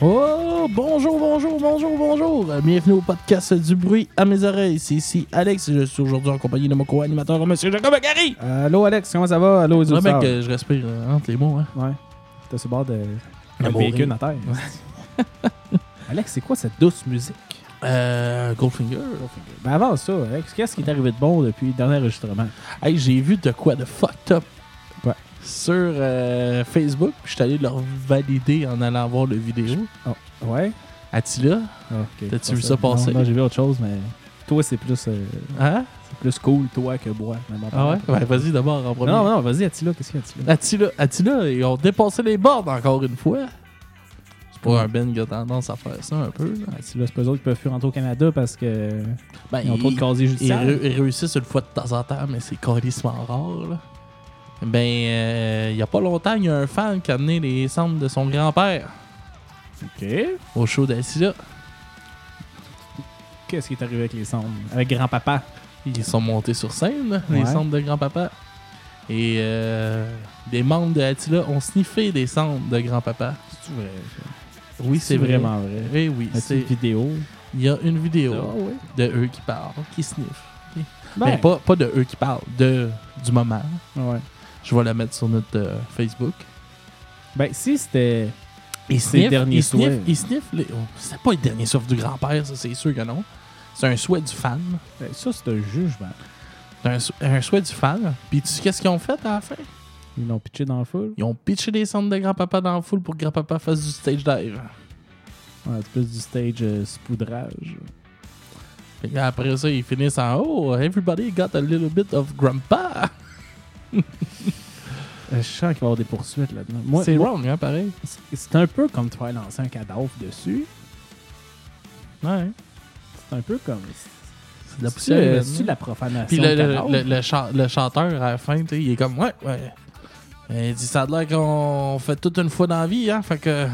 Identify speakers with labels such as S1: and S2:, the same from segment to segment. S1: Oh, bonjour, bonjour, bonjour, bonjour. Bienvenue au podcast du bruit à mes oreilles. C'est ici Alex et je suis aujourd'hui en compagnie de mon co-animateur, Monsieur Jacob Gary.
S2: Allô Alex, comment ça va? Allô les
S1: Ouais, mec,
S2: auditeurs?
S1: euh, je respire euh, entre les mots. Hein.
S2: Ouais. T'as ce bord de.
S1: Ah,
S2: Un
S1: bon,
S2: véhicule
S1: oui.
S2: à terre. Alex, c'est quoi cette douce musique?
S1: Euh, Goldfinger.
S2: Ben avant ça, Alex, qu'est-ce qui est arrivé de bon depuis le dernier enregistrement?
S1: Hey, j'ai vu de quoi de fucked up
S2: Ouais.
S1: sur euh, Facebook. puis Je suis allé leur valider en allant voir le vidéo.
S2: Ouais? Ah,
S1: Attila,
S2: Ok.
S1: T'as-tu
S2: Je
S1: vu
S2: pensais-
S1: ça passer?
S2: Non, non, j'ai vu autre chose, mais toi, c'est plus, euh,
S1: hein?
S2: c'est plus cool, toi, que moi. mais bon,
S1: Ah ouais? Ben, vas-y d'abord en premier.
S2: Non, hein? non, vas-y, Attila, qu'est-ce qu'il y a, Attila?
S1: Attila, Attila, ils ont dépassé les bornes encore une fois. C'est pas un Ben qui a tendance à faire ça un peu. Là.
S2: Attila, c'est pas eux autres qui peuvent plus rentrer au Canada parce que
S1: Ben,
S2: ils ont trop de casiers
S1: ils
S2: judiciaires.
S1: ré- ils réussissent une fois de temps en temps, mais c'est carrément rare. là. Ben, euh, il y a pas longtemps, il y a un fan qui a amené les cendres de son grand-père
S2: Ok.
S1: au show d'Attila.
S2: Qu'est-ce qui est arrivé avec les cendres? Avec grand-papa.
S1: Ils sont montés sur scène, les
S2: Ouais.
S1: cendres de grand-papa. Et euh, des membres de Attila ont sniffé des cendres de grand-papa.
S2: C'est vrai. ça?
S1: Oui, c'est vrai.
S2: vraiment vrai.
S1: Eh oui,
S2: As-tu
S1: c'est-
S2: une vidéo?
S1: il y a une vidéo
S2: Ah ouais.
S1: de eux qui parlent, qui sniffent.
S2: Ben,
S1: Mais pas, pas de eux qui parlent, de, du moment.
S2: Ouais.
S1: Je vais la mettre sur notre euh, Facebook.
S2: Ben, si c'était.
S1: Ils
S2: C'est le
S1: sniffent,
S2: dernier
S1: ils sniffent,
S2: souhait.
S1: ils sniffent les- oh, c'est pas le dernier souffle du grand-père, ça, c'est sûr que non. C'est un souhait du fan.
S2: ben, ça, c'est un jugement.
S1: C'est Un, sou- un souhait du fan. Puis tu sais qu'est-ce qu'ils ont fait à la fin?
S2: Ils l'ont pitché dans la foule.
S1: Ils ont pitché des cendres de grand-papa dans la foule pour que grand-papa fasse du stage dive.
S2: Ouais, c'est plus du stage euh, spoudrage.
S1: Fait que après ça, ils finissent en Oh, everybody got a little bit of grandpa.
S2: Euh, je sens qu'il va y avoir des poursuites là-dedans. Moi,
S1: c'est
S2: moi,
S1: wrong, hein, pareil.
S2: c'est- c'est un peu comme de faire lancer un cadavre dessus.
S1: Ouais.
S2: C'est un peu comme.
S1: C'est de la
S2: C'est
S1: poussière.
S2: euh,
S1: là-dedans.
S2: c'est-tu de la profanation.
S1: Puis le,
S2: de
S1: le,
S2: cadavre?
S1: le- le chan- le chanteur, à la fin, tu sais, il est comme, ouais, ouais. Euh, Il dit, ça a l'air qu'on fait toute une fois dans la vie, hein. Fait que.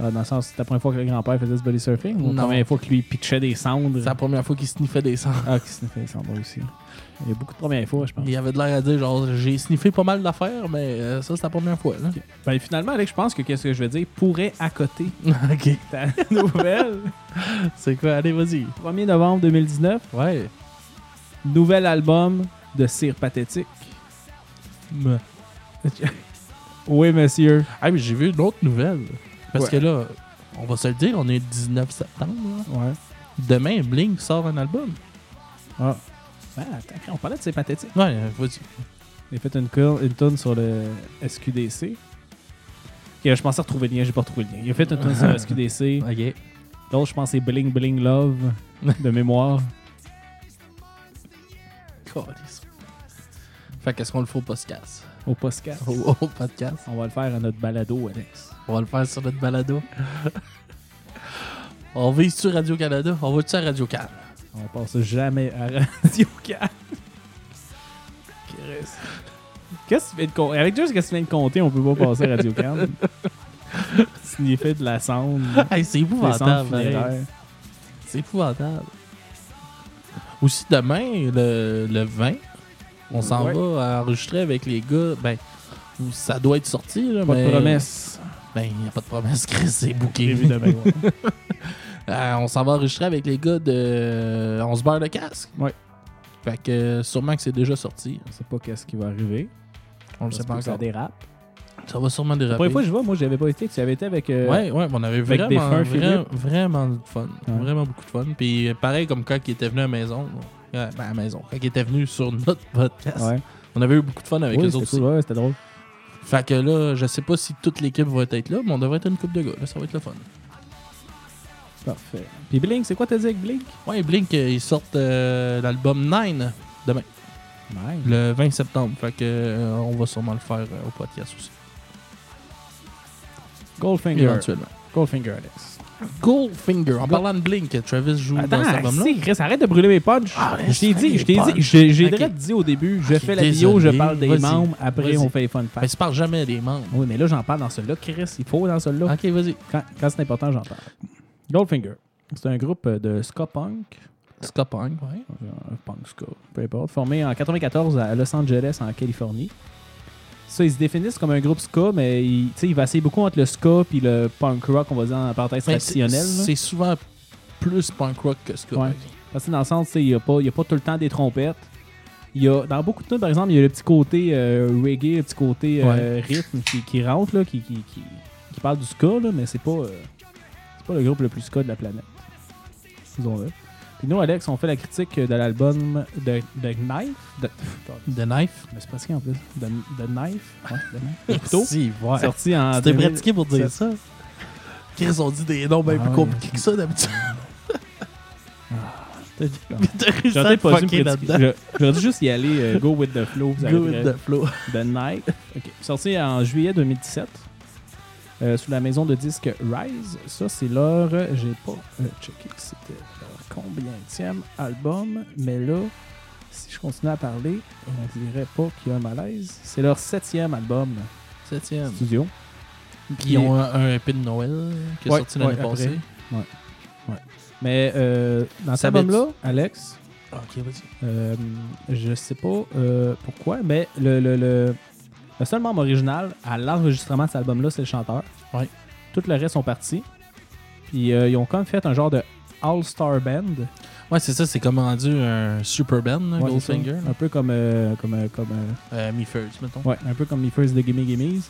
S2: Ah, dans le sens, c'était la première fois que le grand-père faisait ce body surfing ou
S1: Non.
S2: la première fois que lui pitchait des cendres.
S1: C'est la première fois qu'il sniffait des sangs.
S2: Ah, qui se fait des cendres aussi. Il y a beaucoup de premières fois, je pense.
S1: Il avait de l'air à dire, genre, j'ai sniffé pas mal d'affaires, mais euh, ça, c'est la première fois, là.
S2: Ben, finalement, Alex, je pense que qu'est-ce que je veux dire pourrait accoter
S1: Ok.
S2: ta nouvelle.
S1: C'est quoi? Allez, vas-y.
S2: 1er novembre 2019,
S1: Ouais.
S2: nouvel album de Cire Pathétique.
S1: Me-
S2: Oui, monsieur.
S1: Ah, mais j'ai vu une autre nouvelle. Parce
S2: Ouais.
S1: que là, on va se le dire, on est le 19 septembre, là.
S2: Ouais.
S1: Demain, Blink sort un album.
S2: Ah. Ben, attends, on parlait de Cire Pathétique.
S1: Ouais, vas-y.
S2: J'ai fait une, cur- une tonne sur le SQDC. Ok, je pensais retrouver le lien, j'ai pas retrouvé le lien. Il a fait une tonne sur le SQDC.
S1: Ok.
S2: L'autre, je pense, c'est Bling Bling Love de mémoire.
S1: Calisse. Fait qu'est-ce qu'on le fait au podcast?
S2: Au podcast.
S1: Au- au podcast.
S2: On va le faire à notre balado, Alex.
S1: On va le faire sur notre balado. on vise sur Radio-Canada? On va-tu à Radio-Can?
S2: On passe jamais à Radio 4. Qu'est-ce que tu viens de compter? Avec juste qu'est-ce que tu viens de compter, on peut pas passer à Radio 4. Sniffer de la cendre.
S1: Hey, c'est
S2: Des cendres
S1: épouvantable. pareil.
S2: funéraires.
S1: C'est épouvantable. Aussi, demain, le, le 20, on s'en
S2: Ouais.
S1: va enregistrer avec les gars. Ben, ça doit être sorti. Là,
S2: Pas
S1: mais-
S2: de promesse.
S1: Ben, il n'y a pas de promesse, Chris, c'est booké.
S2: Prévu demain, ouais.
S1: Euh, on s'en va enregistrer avec les gars de euh, On se beurre le casque.
S2: Ouais.
S1: Fait que euh, sûrement que c'est déjà sorti.
S2: On sait pas qu'est-ce qui va arriver.
S1: On le
S2: Ça
S1: sait
S2: se
S1: pas
S2: peut que Ça
S1: encore.
S2: dérape.
S1: Ça va sûrement
S2: La
S1: déraper.
S2: première fois que je vois, moi, j'avais pas été. Tu avais été avec. euh,
S1: Ouais, ouais, on avait
S2: avec
S1: vraiment,
S2: des fins,
S1: vraiment,
S2: Philippe.
S1: vraiment du fun.
S2: Ouais.
S1: Vraiment beaucoup de fun. Puis euh, pareil comme quand il était venu à la maison. euh, ben, à la maison. Quand il était venu sur notre podcast.
S2: Ouais.
S1: On avait eu beaucoup de fun avec
S2: Oui,
S1: les
S2: c'était
S1: autres
S2: cool,
S1: aussi.
S2: ouais, c'était drôle.
S1: Fait que là, je sais pas si toute l'équipe va être là, mais on devrait être une coupe de gars. Là, ça va être le fun.
S2: Parfait. Puis Blink, c'est quoi t'as dit avec Blink
S1: Ouais, Blink, euh, ils sortent euh, l'album 9
S2: Nice.
S1: le 20 septembre. Fait que euh, on va sûrement le faire euh, au podcast aussi.
S2: Goldfinger.
S1: Éventuellement.
S2: Goldfinger, Alex.
S1: Goldfinger. En parlant de Blink, Travis joue dans cet
S2: Attends,
S1: album-là.
S2: si, Chris, arrête de brûler mes punchs.
S1: Ah,
S2: je t'ai
S1: laisse faire
S2: dit,
S1: les
S2: je t'ai
S1: punchs.
S2: dit, j'ai j'ai
S1: Ok.
S2: direct dit au début, je
S1: Ok,
S2: fais la vidéo, je
S1: désolé,
S2: parle des
S1: vas-y.
S2: membres, après
S1: Vas-y.
S2: on fait les fun facts.
S1: Mais tu parles jamais des membres.
S2: Oui, mais là, j'en parle dans celui-là, Chris, il faut dans celui-là.
S1: Ok, vas-y.
S2: Quand, quand c'est important, j'en parle. Goldfinger, c'est un groupe euh, de ska punk,
S1: Scott Punk, ouais.
S2: euh, punk ska, peu importe, formé en 94 à Los Angeles, en Californie. ça, ils se définissent comme un groupe ska, mais ils, tu sais, ils vacillent beaucoup entre le ska et le punk rock, on va dire en parenthèse
S1: Mais
S2: traditionnelle. là.
S1: Ben, C'est souvent plus punk rock que ce que.
S2: Ouais. Parce que dans le sens, tu sais, il n'y a, pas- il y a pas tout le temps des trompettes. Il y a, dans beaucoup de tunes, par exemple, il y a le petit côté euh, reggae, le petit côté euh, rythme qui, qui rentre, là, qui, qui, qui, qui parle du ska, là, mais c'est pas, euh, c'est pas le groupe le plus ska de la planète. Disons-le. Puis nous, Alex, on fait la critique de l'album de, de Knife. De,
S1: The Knife.
S2: mais c'est pas ce qu'il y a en plus. De, de Knife. Ouais, de Knife. Le couteau.
S1: Si, ouais.
S2: Sorti en.
S1: C'était
S2: 2000.
S1: pratiqué pour dire ça. Chris, on dit des noms bien
S2: Ah
S1: plus
S2: ouais.
S1: compliqués que ça d'habitude. T'as- T'as réussi
S2: J'aurais
S1: à
S2: pas dû
S1: fucker
S2: me
S1: là-dedans.
S2: pratiquer. Je- J'aurais dû juste y aller euh, go with the flow. Vous
S1: Go
S2: arriverez.
S1: with the flow.
S2: The Night. Ben, Ok. Sorti en juillet 2017 euh, sous la maison de disques Rise. Ça, c'est leur. euh, J'ai pas euh, checké que c'était euh, leur combienième album, mais là, si je continue à parler, on dirait pas qu'il y a un malaise. C'est leur septième album
S1: Septième.
S2: studio.
S1: Puis ils ont un, un EP de Noël qui est
S2: Ouais,
S1: sorti l'année
S2: ouais,
S1: passée.
S2: Mais euh, dans cet
S1: Ça va être-
S2: album-là, Alex,
S1: Ok, vas-y.
S2: Euh, je sais pas euh, pourquoi, mais le, le, le- le seul membre original à l'enregistrement de cet album-là, c'est le chanteur.
S1: Ouais.
S2: Tout le reste sont partis. Puis euh, ils ont comme fait un genre de All-Star Band.
S1: Ouais, c'est ça, c'est comme rendu un super band, là,
S2: Ouais, c'est ça.
S1: Goldfinger.
S2: Un peu comme. euh, comme, euh, comme euh,
S1: Euh, Me First, mettons.
S2: ouais, un peu comme les First de Gimme Gimme's.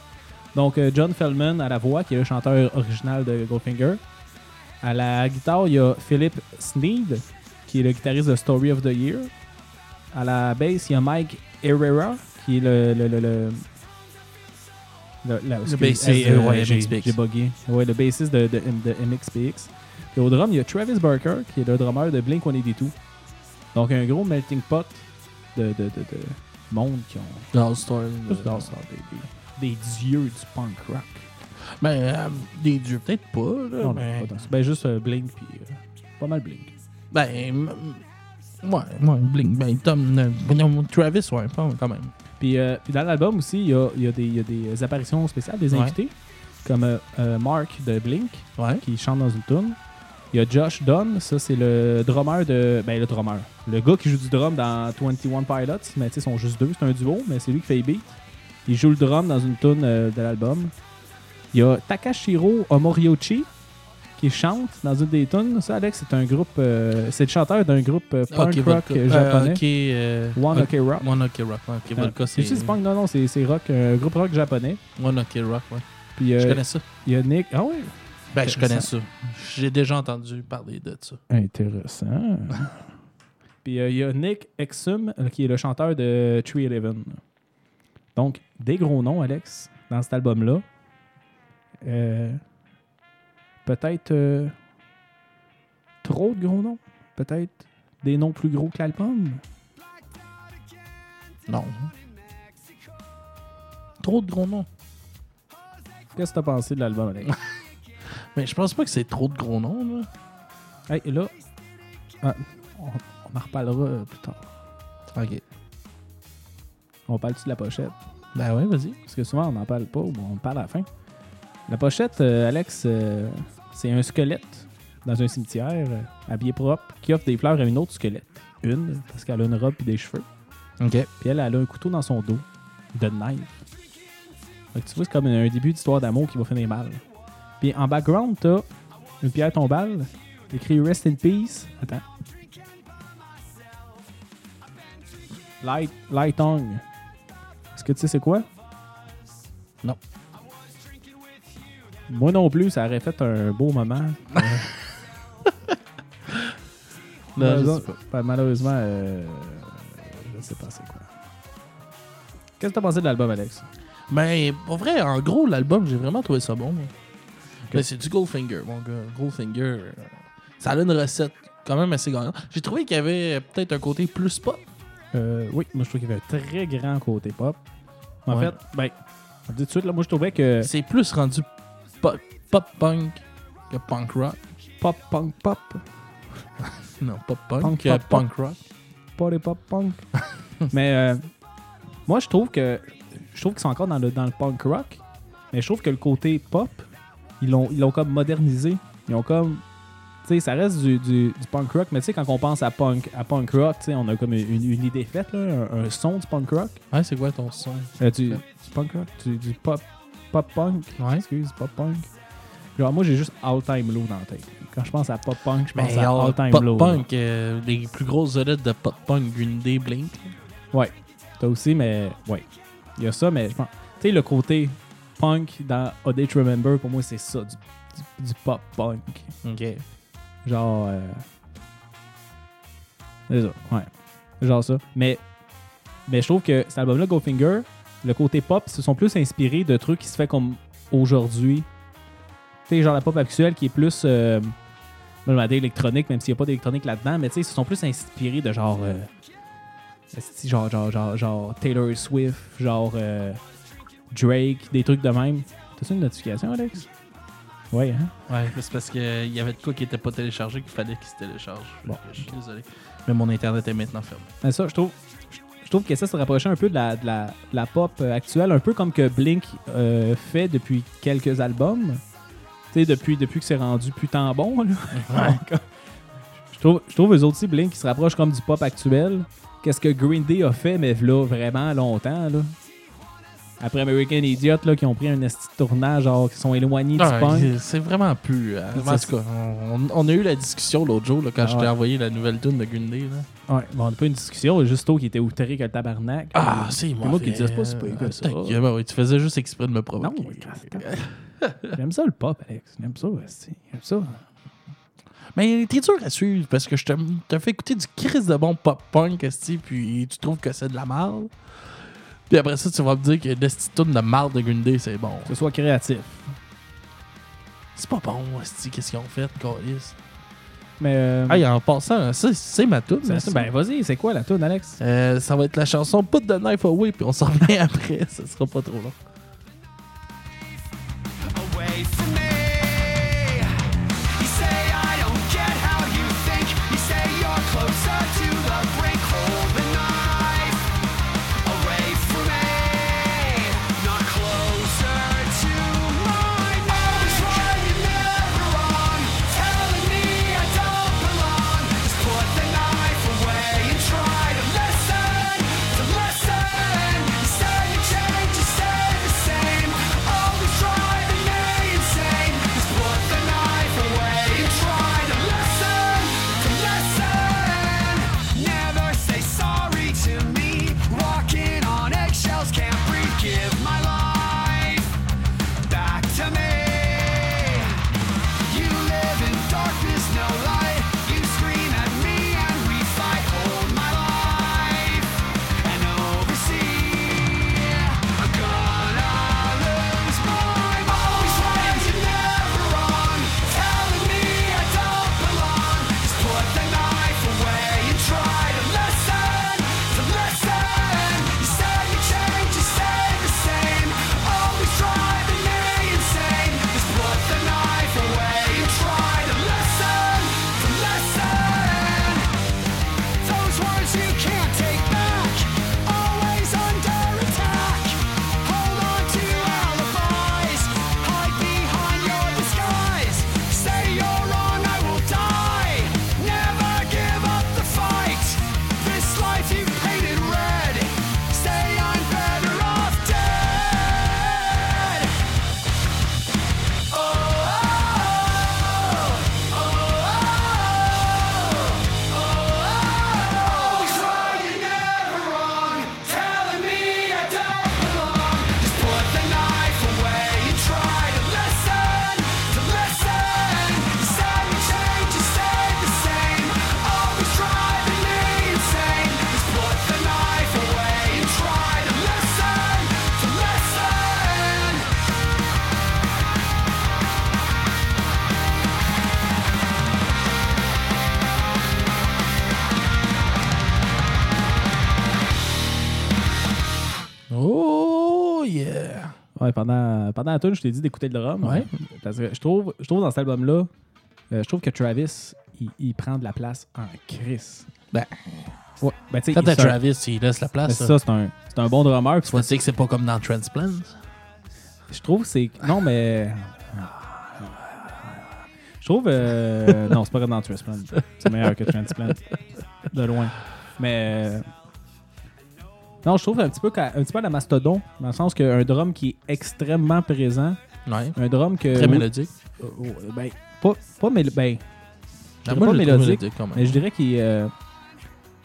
S2: Donc euh, John Feldman à la voix, qui est le chanteur original de Goldfinger. À la guitare, il y a Philip Sneed, qui est le guitariste de Story of the Year. À la bass, il y a Mike Herrera, qui est le. le, le, le le, la- excuse-
S1: bassiste
S2: hey,
S1: de
S2: euh, ouais, j'ai-
S1: MXPX.
S2: J'ai bugué. Ouais, le bassiste de, de, de MXPX. Puis au drum, il y a Travis Barker, qui est le drummer de Blink 182. Donc un gros melting pot de, de, de, de monde qui ont.
S1: All Star.
S2: Juste dans ça, des, des- des dieux du punk rock.
S1: Ben, euh, des dieux, peut-être pas, là.
S2: Non, non,
S1: mais-
S2: pas dans ça. Ben, juste euh, Blink, puis euh, pas mal Blink.
S1: Ben, m- m- ouais, ouais, Blink. Ben, Tom, euh, voyons, Travis, ouais, pas- quand même.
S2: Puis, euh, puis dans l'album aussi, il y a, il y a des, il y a des apparitions spéciales, des
S1: Ouais.
S2: invités, comme euh, euh, Mark de Blink,
S1: Ouais.
S2: qui chante dans une tune. Il y a Josh Dunn, ça c'est le drummer de. Ben, le drummer. Le gars qui joue du drum dans 21 Pilots, mais tu sais, ils sont juste deux, c'est un duo, mais c'est lui qui fait les beats. Il joue le drum dans une tune euh, de l'album. Il y a Takashiro Omoriochi qui chante dans une des tunes. Ça, Alex, c'est un groupe. euh, c'est le chanteur d'un groupe euh, punk
S1: Ok,
S2: rock
S1: Vodka. Euh,
S2: japonais.
S1: ok, euh,
S2: One
S1: ok,
S2: Ok Rock. Ah,
S1: One Ok Rock. ouais, Ok,
S2: Ouais.
S1: Vodka,
S2: C'est
S1: c'est.
S2: c'est punk, non, non, c'est c'est rock, euh, groupe rock japonais.
S1: One Ok Rock, ouais.
S2: Puis euh,
S1: Je connais ça.
S2: il y a Nick. Ah ouais.
S1: Ben, je connais ça. J'ai déjà entendu parler de ça.
S2: Intéressant. Puis euh, il y a Nick Exum, euh, qui est le chanteur de 311. Donc, des gros noms, Alex, dans cet album-là. Euh, peut-être euh, trop de gros noms. Peut-être des noms plus gros que l'album.
S1: Non. Trop de gros noms.
S2: Qu'est-ce que t'as pensé de l'album, Alex?
S1: Mais je pense pas que c'est trop de gros noms, là.
S2: hey, et là, ah, on, on en reparlera euh, plus tard.
S1: Ok.
S2: On parle-tu de la pochette?
S1: Ben ouais, vas-y.
S2: Parce que souvent, on n'en parle pas, ou on en parle à la fin. La pochette, euh, Alex, euh, c'est un squelette dans un cimetière, euh, habillé propre, qui offre des fleurs à une autre squelette. Une, parce qu'elle a une robe et des cheveux.
S1: Ok.
S2: Puis elle, elle a un couteau dans son dos, de knife. Fait que tu vois, c'est comme un début d'histoire d'amour qui va finir mal. Puis en background, t'as une pierre tombale, écrit Rest in Peace. Attends. Light, light Tongue. Est-ce que tu sais c'est quoi?
S1: Non.
S2: Moi non plus, ça aurait fait un beau moment.
S1: Non, je
S2: Malheureusement-
S1: sais pas.
S2: ben, malheureusement, euh, je sais pas c'est quoi. Qu'est-ce que t'as pensé de l'album, Alex?
S1: Ben, pour vrai, en gros, l'album, j'ai vraiment trouvé ça bon.
S2: Ok.
S1: Mais c'est du Goldfinger, mon gars. Goldfinger, euh, ça a une recette quand même assez gagnante. J'ai trouvé qu'il y avait peut-être un côté plus pop.
S2: Euh, oui, moi je trouve qu'il y avait un très grand côté pop. En
S1: Ouais.
S2: fait, ben, je vous dis tout de suite, là, moi je trouvais que
S1: C'est plus rendu pop- pop-punk que punk rock.
S2: pop, punk, pop,
S1: Non, pop-punk
S2: Punk,
S1: que
S2: pop, pop.
S1: punk rock.
S2: pas les pop, punk. mais euh, moi je trouve que je trouve qu'ils sont encore dans le, dans le punk rock, mais je trouve que le côté pop, ils l'ont, ils l'ont comme modernisé. Ils ont comme Tu sais, ça reste du, du- du punk rock, mais tu sais, quand on pense à punk, à punk rock, tu sais, on a comme une, une idée faite, là, un, un son du punk rock.
S1: Ouais, c'est quoi ton son?
S2: Euh, du, du punk rock, du, du pop, pop punk,
S1: Ouais.
S2: excuse, pop punk. Genre, moi, j'ai juste All Time Low dans la tête. Quand je pense à pop punk, je pense
S1: Mais
S2: à
S1: alors,
S2: All Time
S1: pop
S2: Low. là.
S1: punk, euh, les plus grosses vedettes de pop punk, Green Day, Blink.
S2: T'as aussi, mais ouais. Il y a ça, mais je pense. Tu sais, le côté punk dans A Day to Remember, pour moi, c'est ça, du, du- du pop punk.
S1: Ok.
S2: Genre. euh, C'est ça, ouais. Genre ça. Mais, mais je trouve que cet album-là, Goldfinger, le côté pop, ils se sont plus inspirés de trucs qui se fait comme aujourd'hui. Tu sais, genre la pop actuelle qui est plus. Euh, même à électronique, même s'il n'y a pas d'électronique là-dedans, mais tu sais, ils se sont plus inspirés de genre. euh, esti, genre, genre, genre, genre Taylor Swift, genre euh, Drake, des trucs de même. T'as-tu une notification, Alex? Ouais, hein?
S1: Ouais, mais c'est parce qu'il y avait de quoi qui n'était pas téléchargé qu'il fallait qu'il se télécharge.
S2: Bon.
S1: Je suis désolé. Mais mon internet est maintenant fermé.
S2: Mais ça, je trouve, je trouve que ça se rapprochait un peu de la, de la, de la pop euh, actuelle, un peu comme que Blink euh, fait depuis quelques albums. Tu sais, depuis, depuis que c'est rendu putain bon. là. je, trouve, je trouve eux autres aussi, Blink, qui se rapprochent comme du pop actuel. Qu'est-ce que Green Day a fait, mais là, vraiment longtemps. Là. Après American Idiot, là, qui ont pris un esti de tournage, genre, qui sont éloignés
S1: Ah,
S2: du punk.
S1: c'est- c'est vraiment plus. euh,
S2: C'est-
S1: en tout cas, on, on a eu la discussion l'autre jour là, quand
S2: Ah
S1: je t'ai
S2: ouais.
S1: envoyé la nouvelle tune de Green Day. Là.
S2: Ouais, bon, on n'a pas eu une discussion, Justo qui était outré que le tabarnak.
S1: Ah, c'est moi.
S2: moi qui disais, c'est pas si pire que ça.
S1: tu faisais juste exprès de me
S2: Non,
S1: provoquer.
S2: j'aime ça le pop, Alex. J'aime ça, esti. J'aime ça.
S1: Mais t'es dur à suivre parce que je te, te fais écouter du Chris de bon pop-punk, esti, puis tu trouves que c'est de la merde. Puis après ça, tu vas me dire que l'estitoune de marde de Green Day, c'est bon.
S2: Que ce soit créatif.
S1: C'est pas bon, esti, qu'est-ce qu'ils ont fait, câlisse.
S2: Mais. euh,
S1: Hey, en passant, ça, c'est ma tune.
S2: c'est-
S1: esti.
S2: ben, vas-y, c'est quoi la toune, Alex?
S1: Euh, ça va être la chanson Put the Knife Away, puis on s'en revient après, ça sera pas trop long.
S3: away from me. You say I don't get how you think. You say you're closer to the brink. Hold the knife away from me. Not closer to mine. Always right and never wrong. Telling me I don't belong. Just put the knife away and try to listen. To listen. You say you change, you stay the same. Always driving me insane. Just put the knife away and try to listen. To listen. Never say sorry to me. Walking on eggshells, can't breathe. Give my life back to me. You live in darkness, no light. You scream at me and we fight. Hold my life and oversee. I'm gonna lose mine. Always right and never wrong. Telling me I don't belong. Just put the knife away and try to listen. To listen. You said you change, you stay the same. Always driving me insane. Just put the knife away and try to listen. To listen. Those words you can't take back. Always under attack. Hold on to alibis. Hide behind your disguise. Say you're wrong, I will die. Never give up the fight. This life you painted red. Say I'm better off dead. oh. Always right and never wrong, telling me I don't belong. Just put the knife away and try to listen, to listen. You said you change, you stayed the same. Always driving me insane. Just put the knife away and try to listen, to listen.
S1: Oh yeah!
S2: Ouais, pendant, pendant la tune, je t'ai dit d'écouter le drum.
S1: Ouais.
S2: Parce que je trouve, je trouve dans cet album-là, euh, je trouve que Travis, il, il prend de la place en crise.
S1: Ben,
S2: Ouais. Ben, tu sais,
S1: quand
S2: il-
S1: t'as
S2: c'est un-
S1: Travis, il laisse la
S2: ben,
S1: place.
S2: c'est
S1: là.
S2: ça, c'est un, c'est un bon drummer. puis
S1: Tu vas dire que c'est pas comme dans Transplant.
S2: Je trouve que c'est. Non, mais. Je trouve. euh, non, c'est pas comme dans Transplant. C'est meilleur que Transplant. De loin. Mais. euh, non, je trouve un petit peu qu'à- un petit peu à la mastodon, dans le sens qu'un drum qui est extrêmement présent,
S1: Ouais.
S2: un drum que.
S1: Très mélodique.
S2: Euh, euh, ben, pas, pas, mélo- ben,
S1: Ah,
S2: dirais
S1: moi,
S2: pas
S1: je le trouve
S2: mélodique,
S1: mélodique quand même.
S2: Mais je dirais qu'il. euh,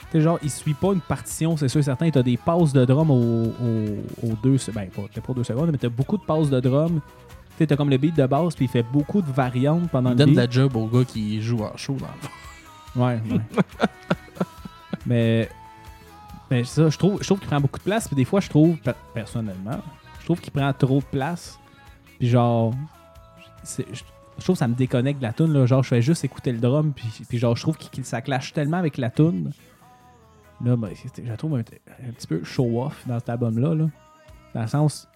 S2: tu sais, genre, il suit pas une partition, c'est sûr et certain. T'as des passes de drum aux, aux, aux deux. se- Ben, pas, t'as pas aux deux secondes, mais t'as beaucoup de passes de drum. Tu sais, t'as comme le beat de base, puis il fait beaucoup de variantes pendant
S1: Il
S2: le
S1: donne
S2: beat.
S1: de la job au gars qui joue en show, dans le fond.
S2: Ouais, ouais. mais. Mais ça, je trouve, je trouve qu'il prend beaucoup de place, puis des fois, je trouve, pe- personnellement, je trouve qu'il prend trop de place. Puis genre. c'est- Je je trouve que ça me déconnecte de la tune là. Genre, je fais juste écouter le drum, puis, puis genre, je trouve qu'il qu'il- ça clash tellement avec la tune. Là, ben, c'était- je la trouve un, un petit peu show-off dans cet album-là. Là. Dans le sens,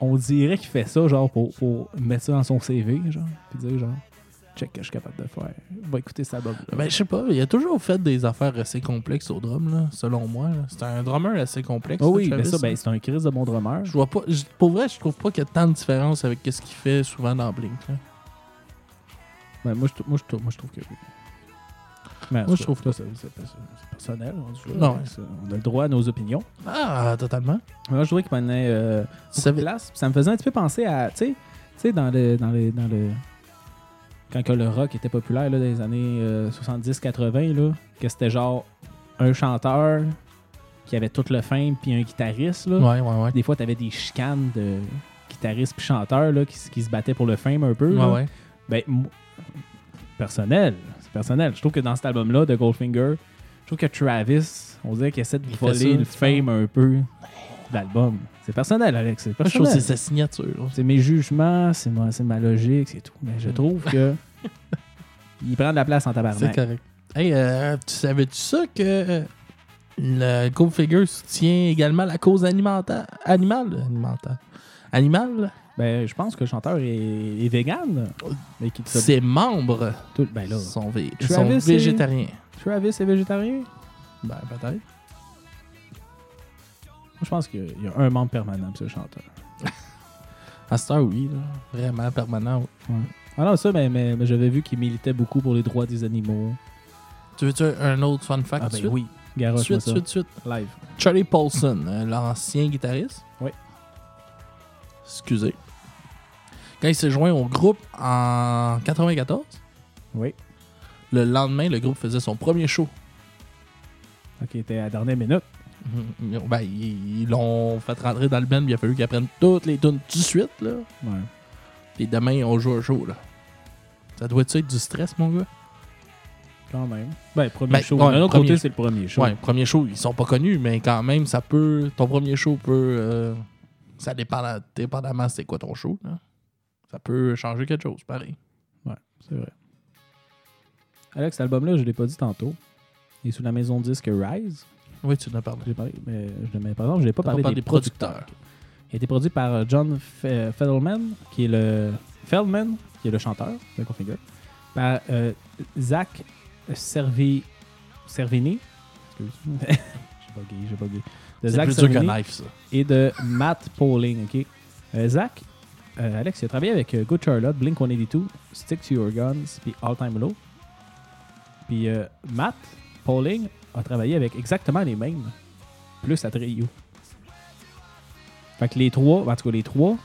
S2: on dirait qu'il fait ça, genre, pour, pour mettre ça dans son CV, genre, puis dire, genre, check que je suis capable de faire. Va écouter cet album.
S1: Ben, je sais pas, il a toujours fait des affaires assez complexes au drum, là, selon moi. là. C'est un drummer assez complexe.
S2: Ah
S1: là,
S2: oui, mais
S1: Travis,
S2: ça,
S1: là.
S2: ben, c'est un crise de bon drummer.
S1: Je vois pas. je- Pour vrai, je trouve pas qu'il y a tant de différence avec ce qu'il fait souvent dans Blink. là.
S2: Ben, moi, je, trou- moi, je, trou- moi, je trouve que oui. Mais, en
S1: Moi, je
S2: tout
S1: trouve
S2: cas, ça, c'est c'est- c'est personnel. on dit- hein,
S1: Non.
S2: c'est- On a le droit à nos opinions.
S1: Ah, totalement.
S2: Moi, je trouvais qu'il prenait euh,
S1: Tu
S2: beaucoup de
S1: savais-
S2: place. puis Ça me faisait un petit peu penser à, tu sais, tu sais, dans le, dans, le, dans le... Quand que le rock était populaire, là, dans les années euh, 70-80, là, que c'était genre un chanteur qui avait toute le fame, puis un guitariste, là.
S1: Ouais, ouais, ouais.
S2: Des fois, t'avais des chicanes de guitaristes puis chanteurs, là, qui, s- qui se battaient pour le fame un peu, là.
S1: Ouais, ouais.
S2: Ben, mo- personnel. C'est personnel. Je trouve que dans cet album-là de Goldfinger, je trouve que Travis, on dirait qu'il essaie de
S1: Il fait
S2: voler
S1: ça,
S2: le
S1: tu
S2: fame un peu de l'album. C'est personnel, Alex. C'est
S1: Moi, je trouve que c'est
S2: personnel.
S1: sa signature. là.
S2: C'est mes jugements, c'est ma, c'est ma logique, c'est tout. Mais je trouve que. il prend de la place en
S1: C'est
S2: tabarnak.
S1: correct. Hey, euh, tu savais-tu ça que euh, le Goldfinger soutient également la cause alimentaire animale Alimentaire. Animale
S2: Ben, je pense que le chanteur est, est vegan. Mais qu'il te-
S1: Ses membres
S2: tout- ben là,
S1: sont, vé-
S2: Travis
S1: sont
S2: est-
S1: végétariens.
S2: Travis est végétarien?
S1: Ben, peut-être.
S2: Je pense qu'il y a un membre permanent, ce chanteur.
S1: À cette heure, oui. là. Vraiment permanent. oui.
S2: Ah non, ça, mais, mais, mais j'avais vu qu'il militait beaucoup pour les droits des animaux.
S1: Tu veux-tu un autre fun fact?
S2: Ah
S1: tout de
S2: ben
S1: suite?
S2: oui, garoche
S1: Suite,
S2: ça.
S1: suite, suite.
S2: Live.
S1: Charlie Paulson, euh, l'ancien guitariste.
S2: Oui.
S1: Excusez. Quand il s'est joint au groupe en 94,
S2: Oui.
S1: le lendemain, le groupe faisait son premier show.
S2: Ok, t'es à la dernière minute.
S1: Ils ont- Ben, ils ils l'ont fait rentrer dans le band, puis il a fallu qu'ils apprennent toutes les tunes tout de suite, là.
S2: Ouais.
S1: Puis demain, on joue un show, là. Ça doit-tu être du stress, mon gars?
S2: Quand même. Ben, premier
S1: Ben,
S2: show.
S1: ouais,
S2: D'un autre
S1: premier
S2: côté,
S1: show.
S2: c'est le premier show.
S1: Ouais, premier show, ils sont pas connus, mais quand même, ça peut. Ton premier show peut. euh, ça dépend, dépendamment c'est quoi ton show, là. Ça peut changer quelque chose, pareil.
S2: C'est vrai. Alex, cet album-là, je l'ai pas dit tantôt. Il est sous la maison de disque Rise.
S1: Oui, tu en as parlé.
S2: J'ai parlé, mais, je, mais par exemple, je n'ai pas
S1: T'as
S2: parlé
S1: pas
S2: des, producteurs. Il a été produit par euh, John F- euh, Feldman, qui est le Feldman, qui est le chanteur de Configure, par euh, Zach Servi, Servini. Excuse-moi. j'ai bugué, j'ai bugué.
S1: C'est
S2: De Zach
S1: plus dur qu'un
S2: Servini.
S1: knife, ça.
S2: et de Matt Pauling. ok? Euh, Zach, euh, Alex, il a travaillé avec euh, Good Charlotte, Blink 182, Stick to Your Guns, puis All Time Low. Puis euh, Matt Pauling a travaillé avec exactement les mêmes, plus à Trio. Fait que les trois, en tout cas les trois,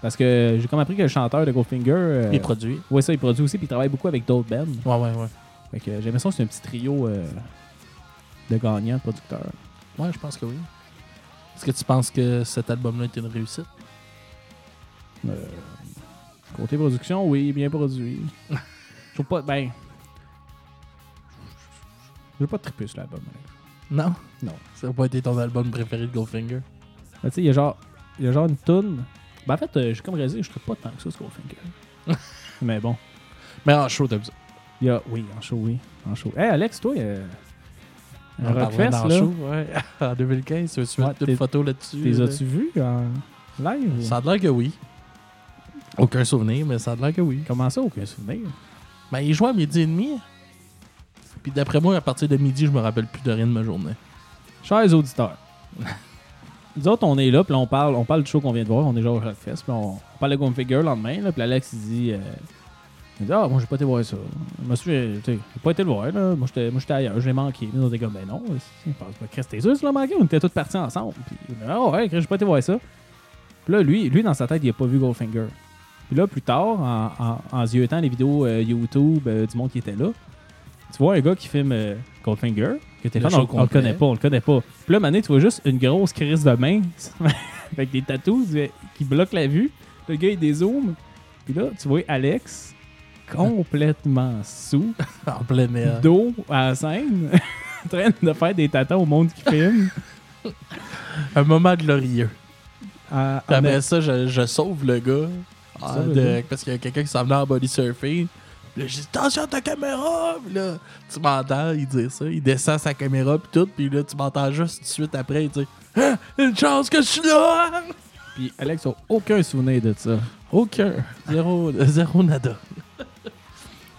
S2: parce que j'ai comme appris que le chanteur de Goldfinger. euh,
S1: Les produits.
S2: ouais, ça, il produit aussi, puis il travaille beaucoup avec d'autres bands.
S1: Ouais, ouais, ouais.
S2: Fait que euh, j'ai l'impression que c'est un petit trio euh, de gagnants, de producteurs.
S1: Ouais, je pense que oui. Est-ce que tu penses que cet album-là est une réussite?
S2: Euh, côté production, oui, bien produit. Je trouve pas. Ben. Je veux pas triper sur l'album. Alex.
S1: Non?
S2: Non.
S1: Ça n'a pas été ton album préféré de Goldfinger?
S2: Ben, tu sais, il y a genre. Il y a genre une toune. Ben, en fait, euh, j'ai comme réalisé que je trouve pas tant que ça, ce Goldfinger. Mais bon.
S1: Mais en show, t'as besoin.
S2: Il y a. Oui, en show, oui. En show. Hey, Alex, toi, euh, un
S1: On parlera
S2: Rockfest,
S1: dans
S2: là.
S1: show, ouais. en 2015, tu veux
S2: Ouais,
S1: mettre
S2: t'es-
S1: une photo là-dessus?
S2: T'es
S1: là?
S2: as-tu vu en live?
S1: Ça a l'air que oui. Aucun souvenir, mais ça a l'air que oui.
S2: Comment ça, aucun souvenir?
S1: Ben, il jouait à midi et demi. Puis d'après moi, à partir de midi, je me rappelle plus de rien de ma journée.
S2: Chers auditeurs, nous autres, on est là, puis là, on parle, on parle du show qu'on vient de voir, on est déjà au Rockfest, puis on, on parle de Configure le lendemain, là, puis Alex, il dit euh, Il dit Ah, moi, j'ai pas été voir ça. Je me suis tu sais, j'ai pas été le voir, là. Moi, j'étais moi, j'étais ailleurs, j'ai manqué. Ils ont dit Ben non, c'est pas Christ, t'es sûr, que tu l'as manqué. On était tous partis ensemble. Puis, il dit, ah, ouais, Christ, j'ai pas été voir ça. Puis là, lui, lui, dans sa tête, il a pas vu Goldfinger. Puis là, plus tard, en, en, en ziotant les vidéos euh, YouTube euh, du monde qui était là, tu vois un gars qui filme euh, Goldfinger, que t'es
S1: Le show
S2: fan, on, on le
S1: complet.
S2: connaît pas, on le connaît pas. Puis là, Mané, tu vois juste une grosse crise de main avec des tatous euh, qui bloquent la vue. Le gars, il dézoome. Puis là, tu vois Alex complètement sous,
S1: En plein air.
S2: dos à la scène, en train de faire des tatas au monde qui filme.
S1: Un moment glorieux.
S2: À-
S1: Puis
S2: en-
S1: après ça, je, je sauve le gars. ah,
S2: sauves le
S1: de-
S2: gars?
S1: parce qu'il y a quelqu'un qui s'en venait en body surfing. Puis là, j'ai dit, attention à ta caméra! Puis là, tu m'entends, il dit ça. Il descend sa caméra, puis tout. Puis là, tu m'entends juste tout de suite après, il dit, Ah, une chance que je suis là!
S2: Puis Alex a aucun souvenir de ça.
S1: Aucun. Zéro, zéro nada.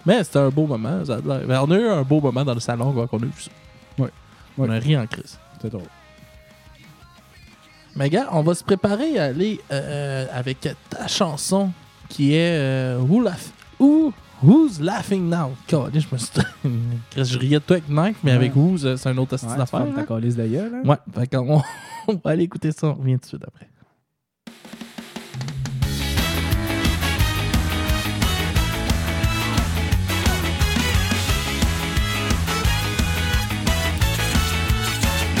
S1: Mais c'était un beau moment, ça a l'air. Mais on a eu un beau moment dans le salon quand on a vu ça.
S2: Ouais.
S1: On a ri en crise.
S2: C'est drôle.
S1: Mais gars, on va se préparer à aller euh, avec ta chanson qui est euh, Who Laugh- Who- Who's Laughing Now? God, je me suis. Chris, je riais de toi avec Nike, mais
S2: Ouais.
S1: avec Who's, euh, c'est un autre style
S2: Ouais,
S1: d'affaire.
S2: ta calice de gueule, hein?
S1: Ouais, fait qu'on on va aller écouter ça, on revient tout de suite après.
S3: Made a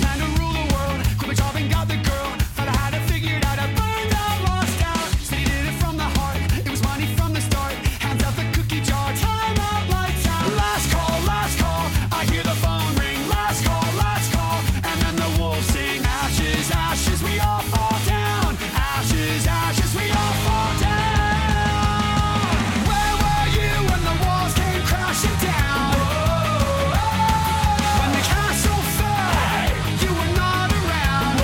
S3: plan to rule the world. Quit my job and got the girl. Thought I had it figured out. I burned out, lost out. Said he did it from the heart. It was money from the start. Hands out the cookie jar. Time out, lights out. Last call, last call. I hear the phone ring. Last call, last call. And then the wolves sing. Ashes, ashes, we all fall down. Ashes, ashes, we all fall down. Where were you when the walls came crashing down? When the castle fell, you were not around.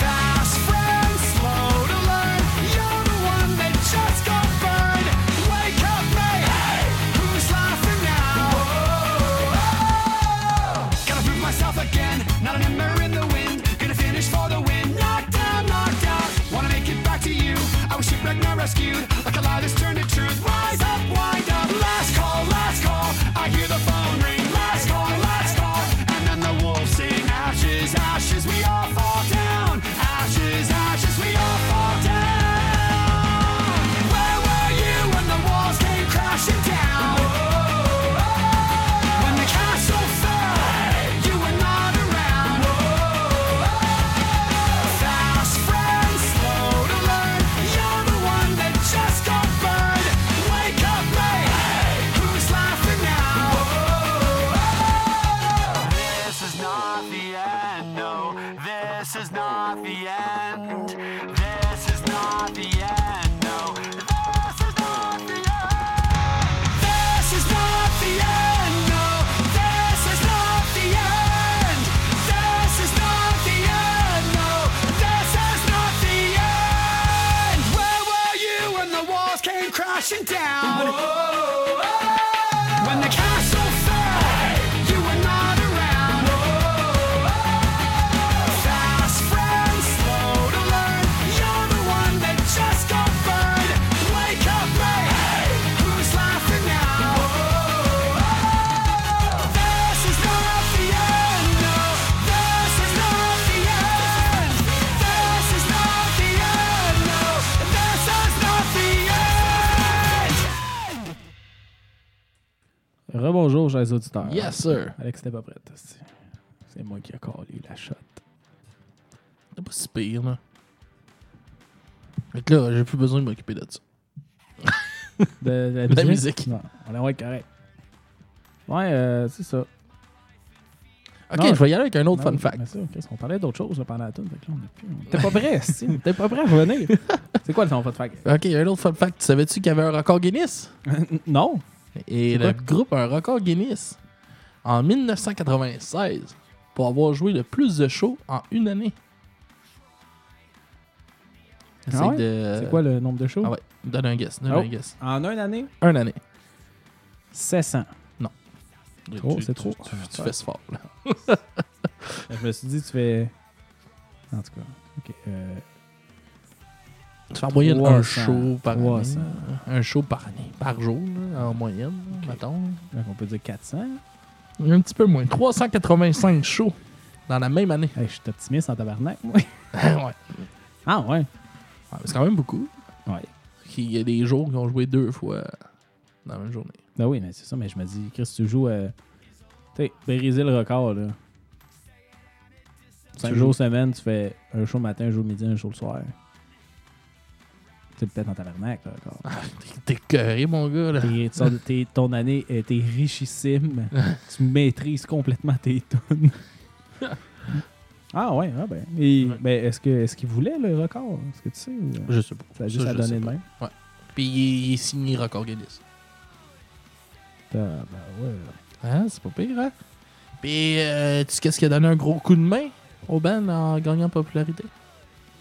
S3: Fast friends, slow to learn. You're the one that just got burned. Wake up, mate. Who's laughing now? Gotta prove myself again. Not an ember in the wind. Gonna finish for the win. Knocked down, knocked out. Wanna make it back to you. I was shipwrecked, not rescued. Like a lie that's turned to truth. Rise up, wind up. Last call, last call. I hear the phone ring. Last call, last call. And then the wolves sing. Ashes, ashes, we all fall down. Ashes, ashes, we all fall down. Where were you when the walls came crashing down? When the castle fell, you were not around. Fast friends, slow to learn. You're the one that just got burned. Wake up, mate. Who's laughing now? This is not the end. No, this is not the end. This is not the end. No, this is not the end. This is not the end, no. This is not the end. This is not the end, no. This is not the end. Where were you when the walls came crashing down? When the castle fell, you were not around. Fast friends, slow to learn. You're the one that just got burned. Wake up, mate. Who's laughing now? This is not the end. No, this is not the end. This is not the end. No, this is not the end.
S2: Rebonjour, chers auditeurs.
S1: Yes, sir.
S2: Alex n'était pas prêt. esti. C'est moi qui ai collé la shot.
S1: C'est pas si pire, là. Fait que là, j'ai plus besoin de m'occuper de ça.
S2: De, de
S1: La musique.
S2: Non, on la voit correct. Ouais, euh, c'est ça.
S1: Ok,
S2: Non,
S1: je vais y aller avec un autre
S2: Non,
S1: fun fact.
S2: mais ça, ok, on parlait d'autre chose là, pendant la tune. Fait que là, on a plus. On était pas prêt, si. On était pas prêt à revenir. c'est quoi le son fun fact?
S1: Ok, un autre fun fact. Savais-tu qu'il y avait un record Guinness?
S2: non.
S1: Et
S2: C'est
S1: le
S2: quoi?
S1: groupe a un record Guinness en 1996 pour avoir joué le plus de shows en une année. Essaye
S2: Ah ouais?
S1: de-
S2: C'est quoi le nombre de shows?
S1: Ah ouais, donne un guess. Donne
S2: Oh.
S1: un guess.
S2: Euh, En une année,
S1: Un année.
S2: 700. Trop,
S1: Tu-
S2: c'est
S1: tu-
S2: trop.
S1: Tu, tu fais ce fort, là.
S2: Je me suis dit, tu fais. En tout cas. Ok. Euh,
S1: Tu fais en moyenne un
S2: 300,
S1: show par année.
S2: 300.
S1: Un show par année. Par jour, là, en moyenne,
S2: Ok.
S1: mettons.
S2: Donc, on peut dire 400.
S1: Un petit peu moins. 385 shows dans la même année.
S2: Hey, je suis optimiste en tabarnak, moi.
S1: ouais.
S2: Ah ouais?
S1: Ouais, C'est quand même beaucoup.
S2: Ouais.
S1: Il y a des jours qui ont joué deux fois dans la même journée.
S2: Ben oui, mais c'est ça, mais je me dis, Chris, tu joues à. Tu sais, briser le record, là. 5
S1: Tu
S2: jours semaine, tu fais un show le matin, un show le midi, un show le soir. Tu peut-être en tabarnak, le record.
S1: T'es curé, mon gars. Là.
S2: T'es- tu sors de- t'es- ton année était richissime. tu maîtrises complètement tes tunes. ah ouais, ah ben. Et,
S1: Ouais.
S2: ben est-ce que est-ce qu'il voulait le record? Est-ce que tu sais? Ou...
S1: Je sais pas.
S2: Ça
S1: Ça,
S2: a juste à
S1: je
S2: donner
S1: sais
S2: de
S1: pas.
S2: même.
S1: Puis il est- il est signé Record Guinness.
S2: Ah, ben ouais.
S1: Hein, c'est pas pire, hein? Puis, euh, tu sais qu'est-ce qui a donné un gros coup de main au band en gagnant en popularité?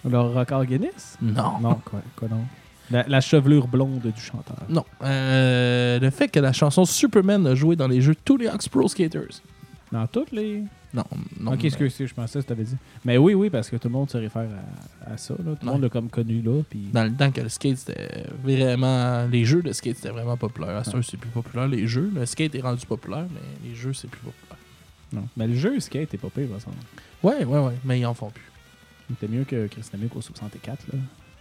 S2: Leur record Guinness?
S1: Non. Mm.
S2: Non, quoi, quoi non? La, la chevelure blonde du chanteur.
S1: Non. Euh, le fait que la chanson Superman a joué dans les jeux tous les Ox Pro Skaters.
S2: Dans toutes les.
S1: Non, non.
S2: ok, excuse, excuse, je pensais que tu avais dit. Mais oui, oui, parce que tout le monde se réfère à, à ça. Là. Tout le
S1: Ouais. Ben.
S2: monde l'a comme connu là. Puis...
S1: Dans le temps que le skate, c'était vraiment. Les jeux de skate, c'était vraiment populaire. À ce
S2: Ouais.
S1: heure, c'est plus populaire, les jeux. Le skate est rendu populaire, mais les jeux, c'est plus populaire.
S2: Non. Mais le jeu skate est pas pire, par exemple.
S1: Ouais, ouais, ouais, mais ils en font plus.
S2: Il était mieux que Chris, c'était mieux qu'au 64. Là.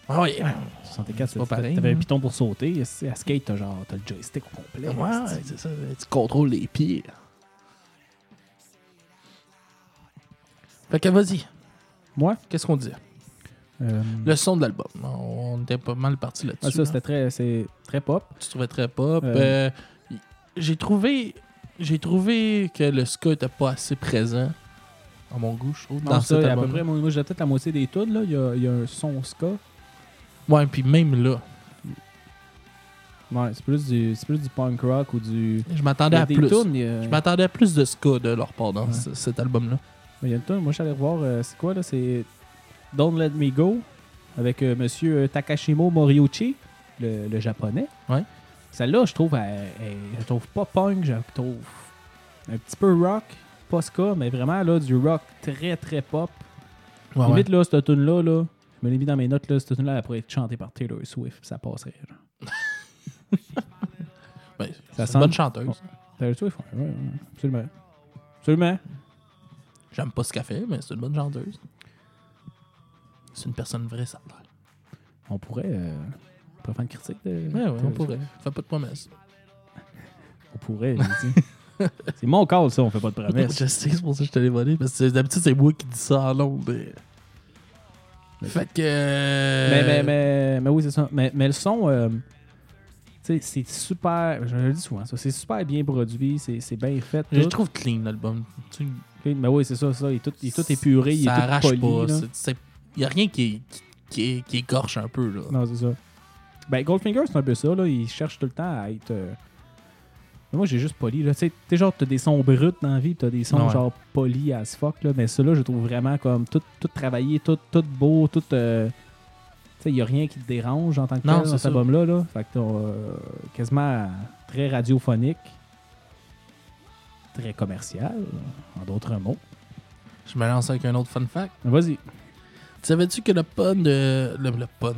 S1: Ah ouais, ouais,
S2: 64,
S1: C'est pas
S2: c'était-
S1: pareil,
S2: T'avais un
S1: hein.
S2: piton pour sauter. c'est- À skate, t'as genre t'as le joystick au complet. hein,
S1: ouais,
S2: c'est-
S1: c'est ça. Tu contrôles les pieds. Fait que vas-y,
S2: Moi,
S1: qu'est-ce qu'on dit?
S2: euh,
S1: Le son de l'album. On était pas mal parti là-dessus.
S2: ah, ça,
S1: hein.
S2: c'était très, c'est très pop.
S1: Tu trouvais très pop.
S2: Euh.
S1: Euh, y- j'ai trouvé. J'ai trouvé que le ska était pas assez présent à mon goût, je trouve.
S2: Dans
S1: dans
S2: ça,
S1: cet
S2: à peu
S1: album.
S2: près, moi, moi, j'ai peut-être la moitié des tunes. là. Il y a, il y a un son ska.
S1: Ouais, puis même là.
S2: Ouais, c'est plus, du- c'est plus du punk rock ou du.
S1: Je
S2: Il y
S1: m'attendais
S2: a
S1: à
S2: des
S1: plus.
S2: tunes, il y a-
S1: Je m'attendais à plus de ska de leur part dans
S2: Ouais.
S1: ce- cet album-là.
S2: Il y a une tune, moi j'allais revoir, euh, c'est quoi là C'est Don't Let Me Go avec euh, monsieur euh, Takashimo Moriuchi, le, le japonais.
S1: Ouais.
S2: Celle-là, je trouve, elle- elle- je la trouve pas punk, je la trouve un petit peu rock, pas ska, mais vraiment là, du rock très très pop.
S1: Ouais,
S2: Limite là, cette tune là là, je me l'ai mis dans mes notes, là, cette tune là elle pourrait être chantée par Taylor Swift, puis ça passerait. genre.
S1: ouais. Ben, c'est
S2: Ça
S1: une
S2: semble-
S1: bonne chanteuse.
S2: Taylor Swift, ouais, ouais, ouais, absolument. Absolument.
S1: J'aime pas ce qu'elle fait, mais c'est une bonne chanteuse. C'est une personne vraie, ça a l'air.
S2: On pourrait, euh, on pourrait faire une critique de.
S1: Ouais, ouais, on
S2: Taylor
S1: pourrait.
S2: Swift.
S1: Fais pas de promesses.
S2: On pourrait, je dis. C'est mon call, ça, on fait pas de promesses.
S1: je sais, c'est pour ça que je te l'ai volé. Parce que d'habitude, c'est moi qui dis ça en long.
S2: Mais-
S1: Fait que. Euh,
S2: Mais, mais, mais, mais oui, c'est ça. Mais, mais le son, euh, tu sais, c'est super. Je le dis souvent, ça. C'est super bien produit, c'est c'est bien fait.
S1: Je le
S2: tout.
S1: trouve clean l'album. Tu-
S2: Mais oui, c'est ça, ça. Il est tout, il est tout épuré, il est
S1: ça
S2: tout
S1: arrache
S2: poli.
S1: pas.
S2: là.
S1: c'est- c'est- Y a rien qui, qui, qui, qui écorche un peu. Là.
S2: Non, c'est ça. Ben, Goldfinger, c'est un peu ça, là. Il cherche tout le temps à être. euh, mais Moi, j'ai juste poli, là. Tu sais, t'es genre, t'as des sons bruts dans la vie, pis t'as des sons
S1: Ouais.
S2: genre polis as fuck, là. Mais ceux-là, je trouve vraiment comme tout, tout travaillé, tout, tout beau, tout. euh, Tu sais, il a rien qui te dérange en tant que
S1: Non,
S2: tel
S1: c'est
S2: dans cet
S1: ça.
S2: album-là, là. Fait que t'as euh, quasiment très radiophonique, très commercial, en d'autres mots.
S1: Je me lance avec un autre fun fact.
S2: Vas-y.
S1: Tu Savais-tu que le pun de. Le, le pun.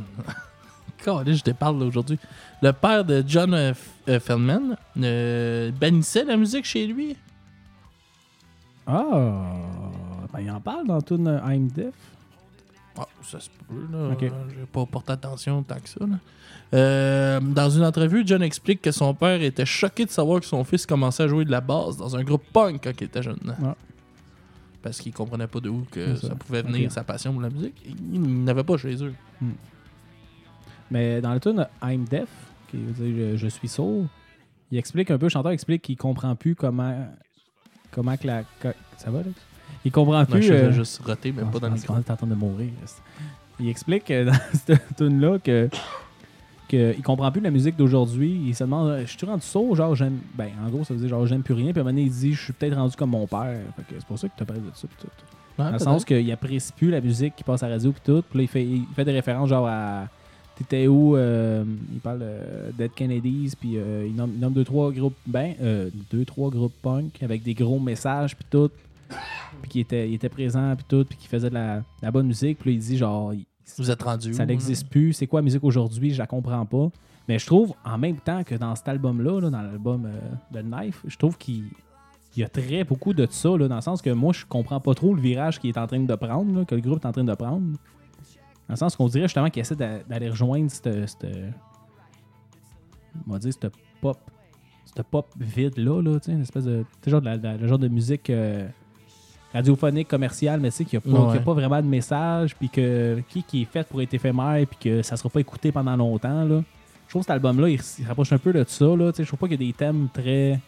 S1: Calais, je te parle là, aujourd'hui. Le père de John euh, F- euh, Feldman euh, bannissait la musique chez lui.
S2: Ah! Ben, il en parle dans tout I'm Deaf.
S1: Ah, ça se peut, là.
S2: Ok.
S1: J'ai pas porté attention tant que ça. là. Euh, dans une entrevue, John explique que son père était choqué de savoir que son fils commençait à jouer de la basse dans un groupe punk quand il était jeune.
S2: Ouais.
S1: Parce qu'il comprenait pas de où que
S2: C'est ça.
S1: ça. pouvait venir,
S2: Ok.
S1: sa passion pour la musique. Il n'avait pas chez eux.
S2: Mais dans le tune I'm Deaf, qui veut dire je, je suis sourd, il explique un peu, le chanteur explique qu'il comprend plus comment. Comment que la. que- ça va, là? Il comprend
S1: Non,
S2: plus.
S1: je
S2: euh,
S1: faisais juste roté, mais
S2: ah,
S1: pas dans
S2: je
S1: le
S2: pense
S1: micro.
S2: qu'on est en train de mourir. reste. Il explique euh, dans cette tune là que. que il comprend plus la musique d'aujourd'hui. Il se demande, je suis rendu sourd, genre j'aime. Ben, en gros, ça veut dire genre j'aime plus rien. Puis à un moment donné, il dit, je suis peut-être rendu comme mon père. Fait que c'est pour ça que tu parles de ça. pis tout.
S1: Ouais,
S2: Dans le
S1: peut-être.
S2: sens qu'il apprécie plus la musique qui passe à la radio puis tout. Puis là, il fait, il fait des références genre à T'étais où euh, Il parle euh, Dead Kennedys, puis euh, il, nomme, il nomme deux, trois groupes ben, euh, deux, trois groupes punk avec des gros messages puis tout. Puis qui était, il était présent puis tout, puis qui faisait de la, de la bonne musique. Puis là, il dit genre, il,
S1: Vous êtes rendu
S2: Ça n'existe plus. C'est quoi la musique aujourd'hui? Je la comprends pas. Mais je trouve, en même temps que dans cet album-là, là, dans l'album euh, de Knife, je trouve qu'il il y a très beaucoup de ça, là, dans le sens que moi, je comprends pas trop le virage qu'il est en train de prendre, là, que le groupe est en train de prendre. Dans le sens qu'on dirait justement qu'il essaie d'a- d'aller rejoindre cette. cette- on va dire, cette pop. Cette pop vide-là, là, tu sais, une espèce de. tu sais, genre de la- de la- le genre de musique. euh, radiophonique commerciale mais tu sais qu'il n'y a, pas-
S1: Ouais.
S2: qu'il y a pas vraiment de message puis que qui, qui est fait pour être éphémère puis que ça sera pas écouté pendant longtemps là je trouve que cet album-là, il se rapproche un peu de ça. Là. Tu sais, Je trouve pas qu'il y a des thèmes très,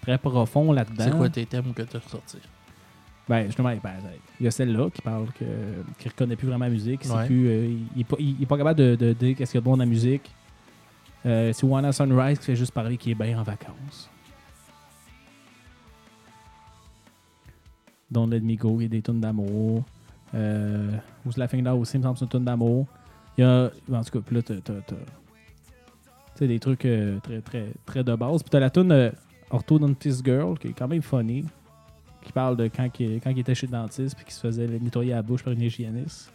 S2: très profonds là-dedans.
S1: C'est quoi tes thèmes que tu as ressortis?
S2: Ben, justement, ben, il y a celle-là qui parle que, qui reconnaît plus vraiment la musique. c'est
S1: Ouais.
S2: Plus, euh, il n'est pas, il est pas capable de, de dire qu'est-ce qu'il y a de bon dans la musique. Euh, c'est Wanna Sunrise qui fait juste parler qu'il est bien en vacances. Don't Let Me Go, il y a des tunes d'amour. Euh, Who's Laughing Now aussi, il me semble que c'est une tune d'amour. Il y a. ben, En tout cas, puis là, t'as. t'as- t'as- Tu sais, des trucs euh, très, très, très de base. Puis t'as la tune euh, Ortho Dentist Girl, qui est quand même funny, qui parle de quand il, quand il était chez le dentiste, puis qu'il se faisait nettoyer la bouche par une hygiéniste.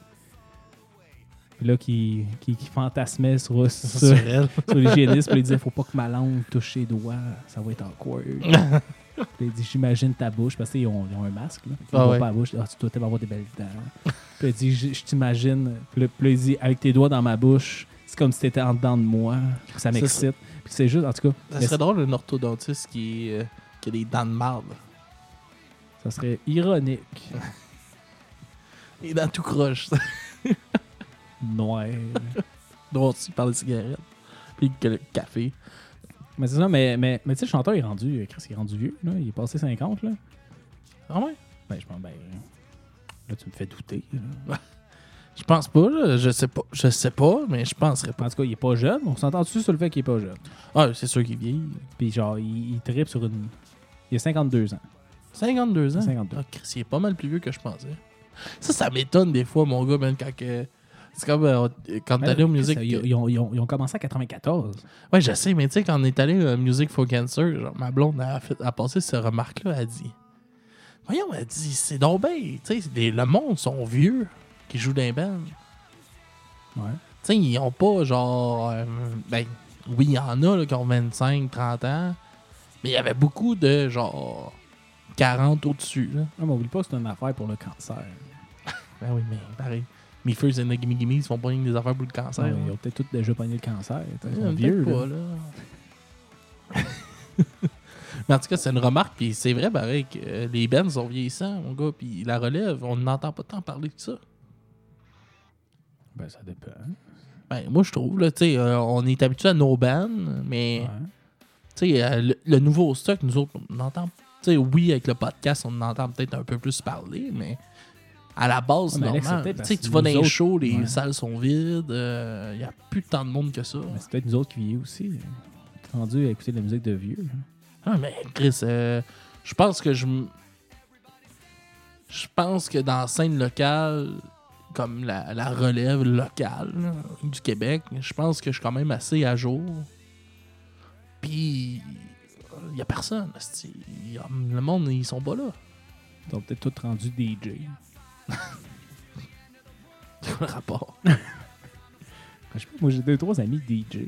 S2: Puis là, qui, qui, qui fantasmait sur, sur,
S1: elle.
S2: sur l'hygiéniste, puis il disait Faut pas que ma langue touche ses doigts, ça va être awkward. puis il dit J'imagine ta bouche, parce qu'ils ont, ils ont un masque. Là. Ils
S1: Ah
S2: voient
S1: ouais.
S2: pas la bouche. Ah, tu dois tellement avoir des belles dents. puis il dit Je je t'imagine. Puis là- puis là, il dit Avec tes doigts dans ma bouche, c'est comme si t'étais en dedans de moi. Ça
S1: Ça
S2: m'excite. Puis c'est juste, en tout cas,
S1: Ça
S2: mais
S1: serait drôle un orthodontiste qui, euh, qui a des dents de marbre.
S2: ça serait ironique.
S1: Et dents tout croche.
S2: Noir.
S1: Drôle aussi par les cigarettes. Puis que le café.
S2: mais c'est ça, mais, mais, mais tu sais, le chanteur est rendu, euh, Chris, il est rendu vieux. Là. Il est passé 50. Là.
S1: Ah ouais?
S2: Ben, je pense, ben. Là, tu me fais douter. là.
S1: Je pense pas, là. Je sais pas. Je sais pas, mais je penserais pas.
S2: En tout cas, il est pas jeune. On s'entend dessus sur le fait qu'il est pas jeune.
S1: Ah, c'est sûr qu'il vieillit.
S2: Puis genre, il, il tripe sur une. Il a 52 ans.
S1: 52 ans.
S2: 52.
S1: Ah, Chris, il est pas mal plus vieux que je pensais. Ça, ça m'étonne des fois, mon gars, même quand que. C'est comme euh, on- quand t'allais aux
S2: Mais,
S1: musiques.
S2: ça, Ils, ils ont, ils ont- ils ont commencé à 94.
S1: Ouais, je sais, mais tu sais, quand on est allé à Music for Cancer, genre, ma blonde a, fait, a passé cette remarque-là, elle a dit Voyons, elle dit, c'est donc bien, tu sais, c'est des- le monde sont vieux qui jouent d'un band. Tu
S2: Ouais.
S1: sais, ils ont pas genre. euh, ben, oui, il y en a là, qui ont 25, 30 ans, mais il y avait beaucoup de genre 40 au-dessus. là.
S2: Non, Ah, mais oublie pas que c'est une affaire pour le cancer.
S1: Ben oui, mais pareil. Mes First and the Gimme Gimme, ils se font pas rien que des affaires pour le cancer.
S2: Ouais,
S1: là.
S2: ils ont peut-être tous déjà pogné le cancer. tu sais, Ils
S1: Ouais, peut-être
S2: sont vieux.
S1: pas,
S2: là.
S1: là. Mais en tout cas, c'est une remarque, puis c'est vrai, pareil, que euh, les bands sont vieillissants, mon gars, puis la relève, on n'entend pas tant parler que ça.
S2: Ben, ça dépend.
S1: Ben, moi, je trouve, là, tu sais, euh, on est habitué à nos bands, mais,
S2: Ouais.
S1: tu sais, euh, le, le nouveau stock, nous autres, on entend, tu sais, oui, avec le podcast, on entend peut-être un peu plus parler, mais à la base,
S2: Ouais,
S1: c'est
S2: mais Alex, c'est
S1: normal.
S2: peut-être
S1: Tu sais,
S2: parce
S1: tu
S2: que
S1: vas dans
S2: nous
S1: les
S2: autres-
S1: shows, les
S2: Ouais.
S1: salles sont vides, il n'y a plus tant de monde que ça.
S2: Mais c'est peut-être nous autres qui vivons aussi. On est Rendu à écouter de la musique de vieux. là.
S1: Ah, mais Chris, euh, je pense que je. m- Je pense que dans la scène locale, comme la, la relève locale là, du Québec, je pense que je suis quand même assez à jour. Puis, il n'y a personne. hostie. Y a- Le monde, ils sont pas là.
S2: Ils sont peut-être tous rendus DJ.
S1: C'est quoi le rapport?
S2: Je sais pas, moi, j'ai deux, trois amis DJ.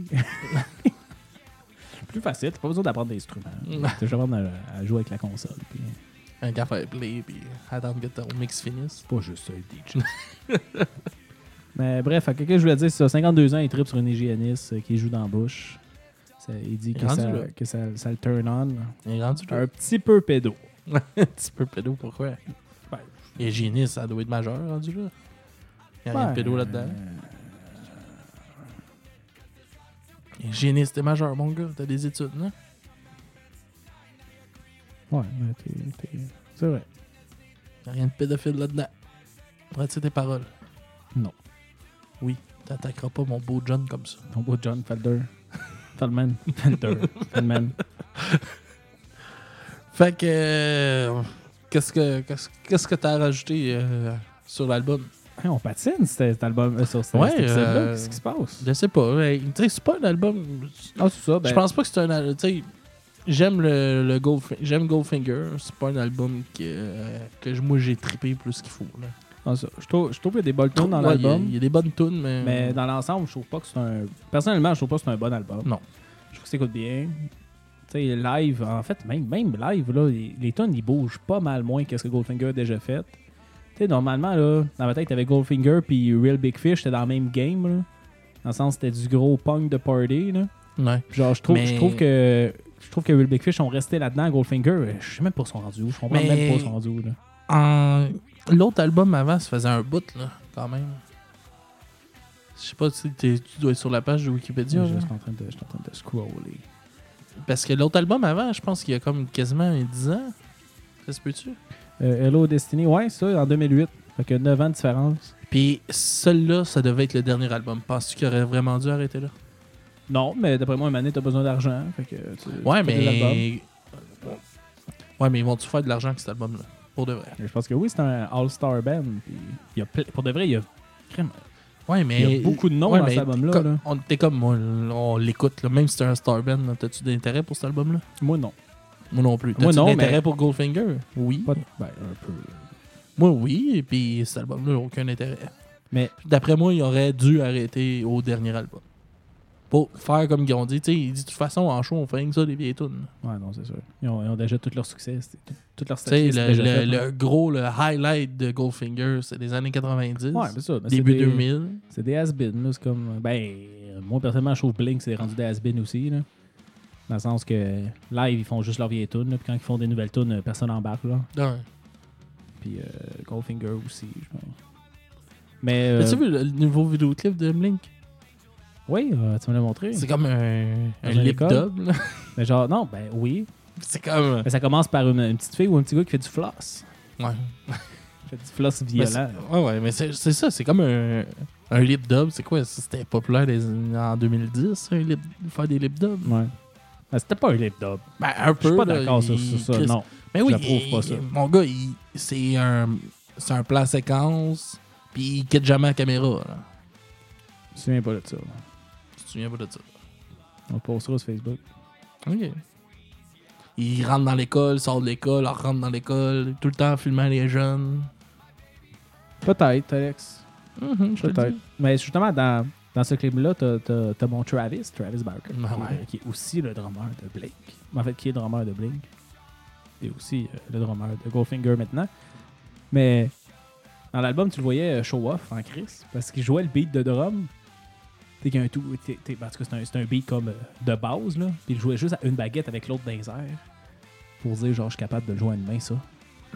S2: Plus facile, t'as pas besoin d'apprendre d'instruments. T'as juste apprendre à, à jouer avec la console. Puis, hein.
S1: Un café play, puis attendre que ton mix finisse.
S2: pas juste ça, le DJ. Mais bref, à quelqu'un, je voulais dire, c'est ça. 52 ans, il tripe sur une hygiéniste euh, qui joue dans la bouche. Ça- il dit
S1: Il est
S2: que,
S1: rendu
S2: ça,
S1: là.
S2: que ça, ça le turn on.
S1: Il est rendu là.
S2: Un petit peu pédo.
S1: un petit peu pédo, pourquoi?
S2: Ben,
S1: Hygiéniste, ça doit être majeur rendu là. Il n'y a rien de
S2: Ouais.
S1: pédo là-dedans. Hygiéniste, t'es majeur, mon gars. T'as des études, non?
S2: Ouais, mais t'es- t'es- c'est vrai.
S1: T'as rien de pédophile là-dedans. Retire tes paroles.
S2: Non.
S1: T'attaqueras pas mon beau John comme ça.
S2: Ton beau John Felder. Feldman. Felder. Feldman.
S1: Fait que. euh, qu'est-ce que qu'est-ce qu'est-ce que t'as rajouté euh, sur l'album?
S2: Hey, on patine c'était- cet album. euh, sur cet
S1: Ouais,
S2: cet épisode-là.
S1: euh,
S2: Qu'est-ce qui se passe?
S1: Je sais pas. mais, tu sais, c'est pas un album.
S2: Ah, c'est ça. Ben,
S1: Je pense pas que c'est un. al- Tu sais, j'aime le, le Goldf- j'aime Goldfinger. C'est pas un album que, euh, que moi j'ai trippé plus qu'il faut. là.
S2: dans ah, ça. Je trouve je trouve qu'il y a des bonnes tunes dans
S1: Ouais, il y a-
S2: l'album.
S1: Il y, a des bonnes tunes, mais.
S2: Mais dans l'ensemble, je trouve pas que c'est un. Personnellement, je trouve pas que c'est un bon album.
S1: Non.
S2: Je trouve que ça écoute bien. Tu sais, live, en fait, même, même live, là, les, les tonnes, ils bougent pas mal moins que ce que Goldfinger a déjà fait. Tu sais, normalement, là, dans ma tête, t'avais Goldfinger puis Real Big Fish, c'était dans le même game, là. Dans le sens, c'était du gros punk de party, là.
S1: Ouais.
S2: Puis genre, je trouve, je
S1: Mais-
S2: trouve que. Je trouve que Real Big Fish sont restés là-dedans, Goldfinger. euh, Je sais même pas où ils sont rendus. où. Je comprends
S1: Mais-
S2: même pas où ils sont rendus. où, Là.
S1: En- L'autre album avant se faisait un bout, là, quand même. Je sais pas si t'es- tu dois être sur la page de Wikipédia.
S2: Je
S1: là.
S2: suis en train de, je suis en train de scroller.
S1: Parce que l'autre album avant, je pense qu'il y a comme quasiment 10 ans. Ça se peut-tu?
S2: Euh, Hello Destiny, ouais, ça, en 2008. Fait que 9 ans de différence.
S1: Puis celui-là, ça devait être le dernier album. Penses-tu qu'il aurait vraiment dû arrêter là?
S2: Non, mais d'après moi, une année, t'as besoin d'argent. Fait que tu-
S1: Ouais,
S2: tu fais des albums.
S1: mais. Ouais, mais ils vont-tu faire de l'argent avec cet album-là? Pour de vrai.
S2: Je pense que oui, c'est un All-Star Band. puis il y a ple- pour de vrai, il y a, crème,
S1: Ouais, mais.
S2: il y a beaucoup de noms
S1: Ouais,
S2: dans
S1: mais
S2: cet album-là.
S1: t'es
S2: là.
S1: comme- on- T'es comme moi, on l'écoute, là. même si t'es un star band, là, t'as-tu d'intérêt pour cet album-là?
S2: Moi, non.
S1: Moi non plus.
S2: Moi
S1: T'as-tu
S2: non,
S1: d'intérêt
S2: mais-
S1: pour Goldfinger? Oui.
S2: Pas de- ben, un peu.
S1: Moi oui, et puis cet album-là, aucun intérêt.
S2: Mais-
S1: Puis D'après moi, il aurait dû arrêter au dernier album. Pour faire comme ils ont dit, tu sais, il dit de toute façon, en show, on fait rien que ça, des vieilles tunes.
S2: Ouais, non, c'est sûr. Ils ont, ils ont déjà tout leur succès. c'est- tout- Toute leur
S1: Tu sais,
S2: statut.
S1: le, le-
S2: hein.
S1: le gros, le highlight de Goldfinger, c'est des années 90,
S2: Ouais, c'est ça. mais c'est
S1: début
S2: des-
S1: 2000.
S2: C'est des has-been, là. C'est comme. Ben, moi, personnellement, je trouve Blink, c'est rendu des has-been aussi, là. Dans le sens que live, ils font juste leurs vieilles tunes, là, Puis quand ils font des nouvelles tunes, euh, personne n'embarque, là.
S1: Ouais.
S2: Puis euh, Goldfinger aussi, je pense. Mais. euh,
S1: As-tu vu le, le nouveau vidéoclip de Blink?
S2: Oui, euh, tu me l'as montré.
S1: C'est comme un, un
S2: une
S1: lip
S2: école?
S1: dub, là.
S2: Mais genre, non, ben oui.
S1: C'est comme.
S2: Mais ça commence par une, une petite fille ou un petit gars qui fait du floss.
S1: Ouais.
S2: Qui fait du floss
S1: Mais
S2: violent.
S1: c'est- ouais, ouais, mais c'est c'est ça, c'est comme un, un lip dub. C'est quoi ça? C'était populaire des- en 2010, un lip, faire des lip dubs?
S2: Ouais. Ben, c'était pas un lip dub.
S1: Ben, un
S2: Je
S1: peu.
S2: suis pas
S1: là,
S2: d'accord sur,
S1: il-
S2: sur ça,
S1: Chris-
S2: non.
S1: Mais oui,
S2: j'approuve
S1: il-
S2: pas ça.
S1: Mon gars, il- c'est un, c'est un plan séquence, puis il quitte jamais la caméra. là.
S2: Je me souviens pas de ça.
S1: Tu te souviens pas de ça?
S2: On le postera sur Facebook.
S1: Ok. Il rentre dans l'école, sort de l'école, il rentre dans l'école, tout le temps filmant les jeunes.
S2: Peut-être, Alex.
S1: Mhm, je te le
S2: Peut-être.
S1: dis.
S2: Mais justement, dans, dans ce clip-là, t'as- t'as t'as mon Travis, Travis Barker,
S1: Ah
S2: qui,
S1: ouais.
S2: est, qui est aussi le drummer de Blink. En fait, qui est le drummer de Blink. Et aussi euh, le drummer de Goldfinger maintenant. Mais dans l'album, tu le voyais euh, show off en Chris, parce qu'il jouait le beat de drum. T'es qu'un tout. t'es- t'es- ben, en tout cas, c'est un- c'est un, beat comme euh, de base, là. Puis il jouait juste à une baguette avec l'autre dans les airs pour dire, genre, je suis capable de le jouer à une main, ça.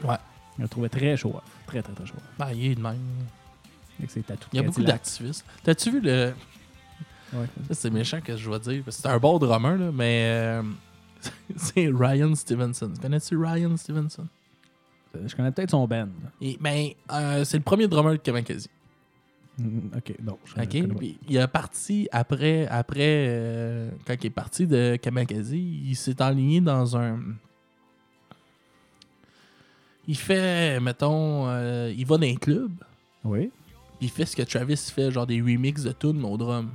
S1: Ouais.
S2: Il le trouvait très show off. Très, très, très show off.
S1: Ben, il est de même.
S2: Avec ses tatous
S1: Il y a beaucoup
S2: Cadillac.
S1: d'activistes. T'as-tu vu le.
S2: Ouais.
S1: Ça, C'est méchant que je vais dire. parce que C'est un bon drummer, là, mais euh, c'est Ryan Stevenson. Connais-tu Ryan Stevenson?
S2: Euh, Je connais peut-être son band.
S1: Et, ben, euh, c'est le premier drummer de Kamikaze.
S2: Mm, ok, non. Je
S1: OK?
S2: connais pas.
S1: Puis il est parti après, après euh, quand il est parti de Kamikaze, il s'est enligné dans un. Il fait, mettons, euh, il va dans un club,
S2: Oui.
S1: il fait ce que Travis fait, genre des remixes de tunes au drum.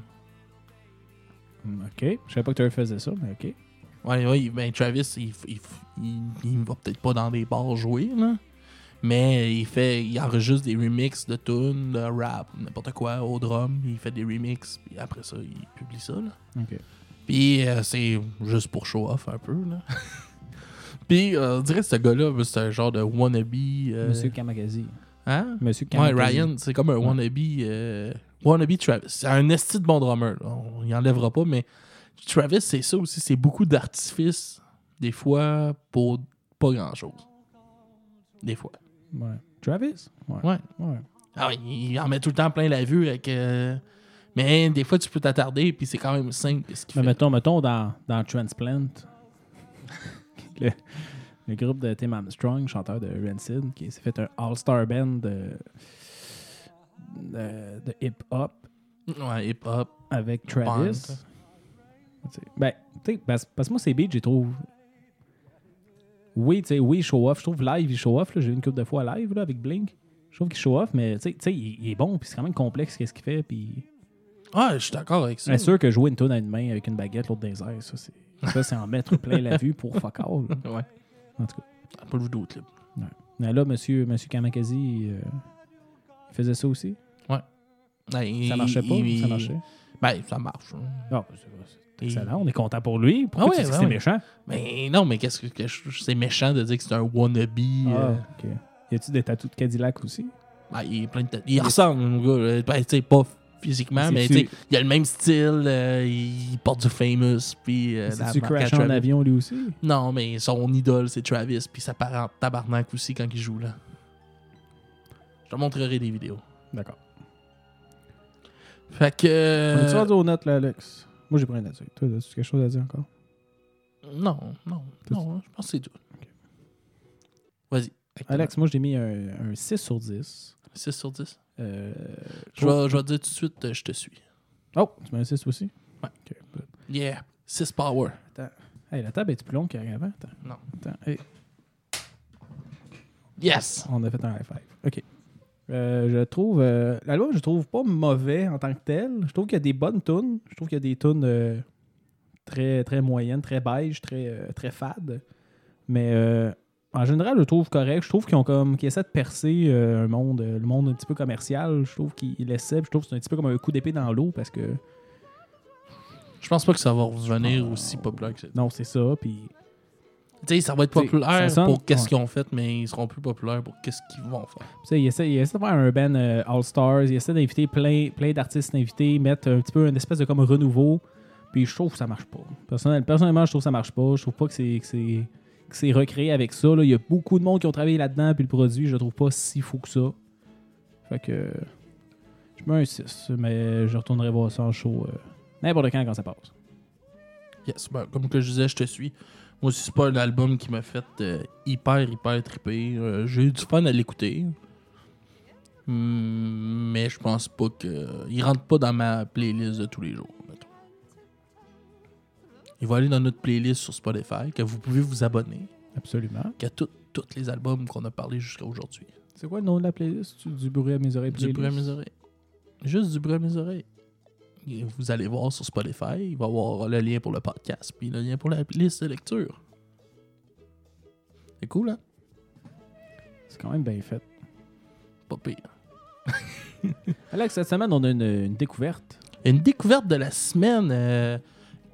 S2: Mm, Ok. Je savais pas que tu faisais ça, mais ok.
S1: Ouais, ouais, il- ben Travis, il, f- il, f- il- il va peut-être pas dans des bars jouer, là. Mais il fait, il enregistre des remixes de tunes, de rap, n'importe quoi, au drum. Il fait des remixes, puis après ça, il publie ça, là.
S2: Ok.
S1: Puis euh, c'est juste pour show off un peu, là. puis euh, on dirait que ce gars-là, ben, c'est un genre de wannabe. euh,
S2: Monsieur Kamakazi.
S1: hein?
S2: Monsieur
S1: Ouais,
S2: Kamakazi.
S1: Ryan, c'est comme un
S2: Ouais.
S1: wannabe. euh, wannabe Travis. C'est un esti de bon drummer. là. On y enlèvera pas, mais Travis, c'est ça aussi. C'est beaucoup d'artifices, des fois, pour pas grand-chose. Des fois.
S2: Ouais. Travis. Ouais.
S1: Ouais.
S2: Ouais.
S1: Ah, ouais, il en met tout le temps plein la vue. Avec, euh, mais des fois, tu peux t'attarder, puis c'est quand même simple. Ce qu'il
S2: Mais
S1: fait.
S2: mettons, mettons dans, dans Transplant. le, le groupe de Tim Armstrong, chanteur de Rancid, qui s'est fait un all-star band de, de, de hip-hop
S1: Ouais, hip-hop.
S2: avec Travis.
S1: Punk.
S2: Tu sais, Ben, tu sais, parce, parce que moi, ces beats, j'ai trouve. Oui, tu sais, oui, show off. Je trouve live, il show off. là. J'ai vu une couple de fois live là, avec Blink. Je trouve qu'il show off, mais tu sais- tu sais, il, il est bon, puis c'est quand même complexe qu'est-ce qu'il fait. Puis,
S1: Ouais, Ah, je suis d'accord avec ça.
S2: c'est sûr que jouer une tune à une main avec une baguette, l'autre des airs, ça, c'est. Ça, c'est en mettre plein la vue pour fuck all. là.
S1: Ouais.
S2: En tout cas.
S1: Pas le vidéoclip.
S2: Mais là, monsieur, monsieur Kamakazi, euh, faisait ça aussi.
S1: Ben,
S2: Ça marchait pas,
S1: il-
S2: ça marchait.
S1: Ben, ça marche. hein.
S2: Non, c'est- c'est excellent, on est content pour lui. Pourquoi
S1: Ah
S2: tu
S1: ouais,
S2: dis que
S1: ouais,
S2: c'est
S1: ouais.
S2: méchant?
S1: Mais non, mais qu'est-ce que, que je- c'est méchant de dire que c'est un wannabe. euh,
S2: Ah, ok. Y a-tu des tatous de Cadillac aussi?
S1: ben, il est plein de têtes. Il ressemble, mon gars. là. Ben, tu sais, pas physiquement,
S2: C'est-
S1: mais
S2: c'est-
S1: tu sais, il a le même style. euh, il porte du famous. Puis, euh, la
S2: C'est-tu
S1: marque à
S2: crashé en
S1: Travis.
S2: avion lui aussi?
S1: Non, mais son idole, c'est Travis. Puis ça part en tabarnak aussi quand il joue là. Je te montrerai des vidéos.
S2: D'accord.
S1: Fait que.
S2: On est-tu rendu aux notes, là, Alex? Moi, j'ai pris un là-dessus. Toi, as-tu quelque chose à dire encore?
S1: Non, non, non, je pense que c'est tout. Vas-y.
S2: Alex, moi, j'ai mis un, un 6 sur 10.
S1: 6 sur 10.
S2: Euh,
S1: Je vais, je vais te dire tout de suite, euh, je te suis.
S2: Oh, tu mets un 6 aussi?
S1: Ouais.
S2: Ok.
S1: Yeah. 6 power.
S2: Attends. Hey, la table est plus longue qu'avant? Attends.
S1: Non.
S2: Attends. Hey,
S1: Yes!
S2: on a fait un high five. OK. Euh, je trouve. euh, L'album, je trouve pas mauvais en tant que tel. Je trouve qu'il y a des bonnes tunes. Je trouve qu'il y a des tunes euh, très, très moyennes, très beige, très, euh, très fades. Mais euh, en général, je le trouve correct. Je trouve qu'ils ont comme qu'ils essaient de percer euh, un monde, euh, le monde un petit peu commercial. Je trouve qu'ils essaient. puis Je trouve que c'est un petit peu comme un coup d'épée dans l'eau parce que.
S1: Je pense pas que ça va revenir aussi populaire que ça.
S2: Non, c'est ça. Puis.
S1: Tu sais, ça va être
S2: T'sais, ça
S1: populaire
S2: sonne-
S1: pour qu'est-ce
S2: ouais.
S1: qu'ils ont fait, mais ils seront plus populaires pour qu'est-ce qu'ils vont faire.
S2: Tu sais, il essaie, il essaie de faire un band euh, All Stars, il essaie d'inviter plein, plein d'artistes invités, mettre un petit peu une espèce de comme renouveau. Puis je trouve que ça marche pas. Personnel- personnellement, je trouve que ça marche pas. Je trouve pas que c'est que c'est que c'est recréé avec ça. là. Il y a beaucoup de monde qui ont travaillé là-dedans, puis le produit, je le trouve pas si fou que ça. Fait que je mets un 6, mais je retournerai voir ça en show euh, n'importe quand quand ça passe.
S1: Yes, ben, comme que je disais, je te suis. Moi aussi, c'est pas un album qui m'a fait euh, hyper, hyper triper. Euh, J'ai eu du fun à l'écouter. Hmm, mais je pense pas que. Il rentre pas dans ma playlist de tous les jours. mettons. Il va aller dans notre playlist sur Spotify que vous pouvez vous abonner.
S2: Absolument.
S1: Qu'à tous les albums qu'on a parlé jusqu'à aujourd'hui.
S2: C'est quoi le nom de la playlist Tu- Du bruit à mes oreilles
S1: Du
S2: playlist?
S1: bruit à mes oreilles. Juste du bruit à mes oreilles. Et vous allez voir sur Spotify, il va y avoir le lien pour le podcast, puis le lien pour la liste de lecture. C'est cool, hein?
S2: C'est quand même bien fait.
S1: Pas pire.
S2: Alex, cette semaine, on a une- une découverte.
S1: Une découverte de la semaine euh,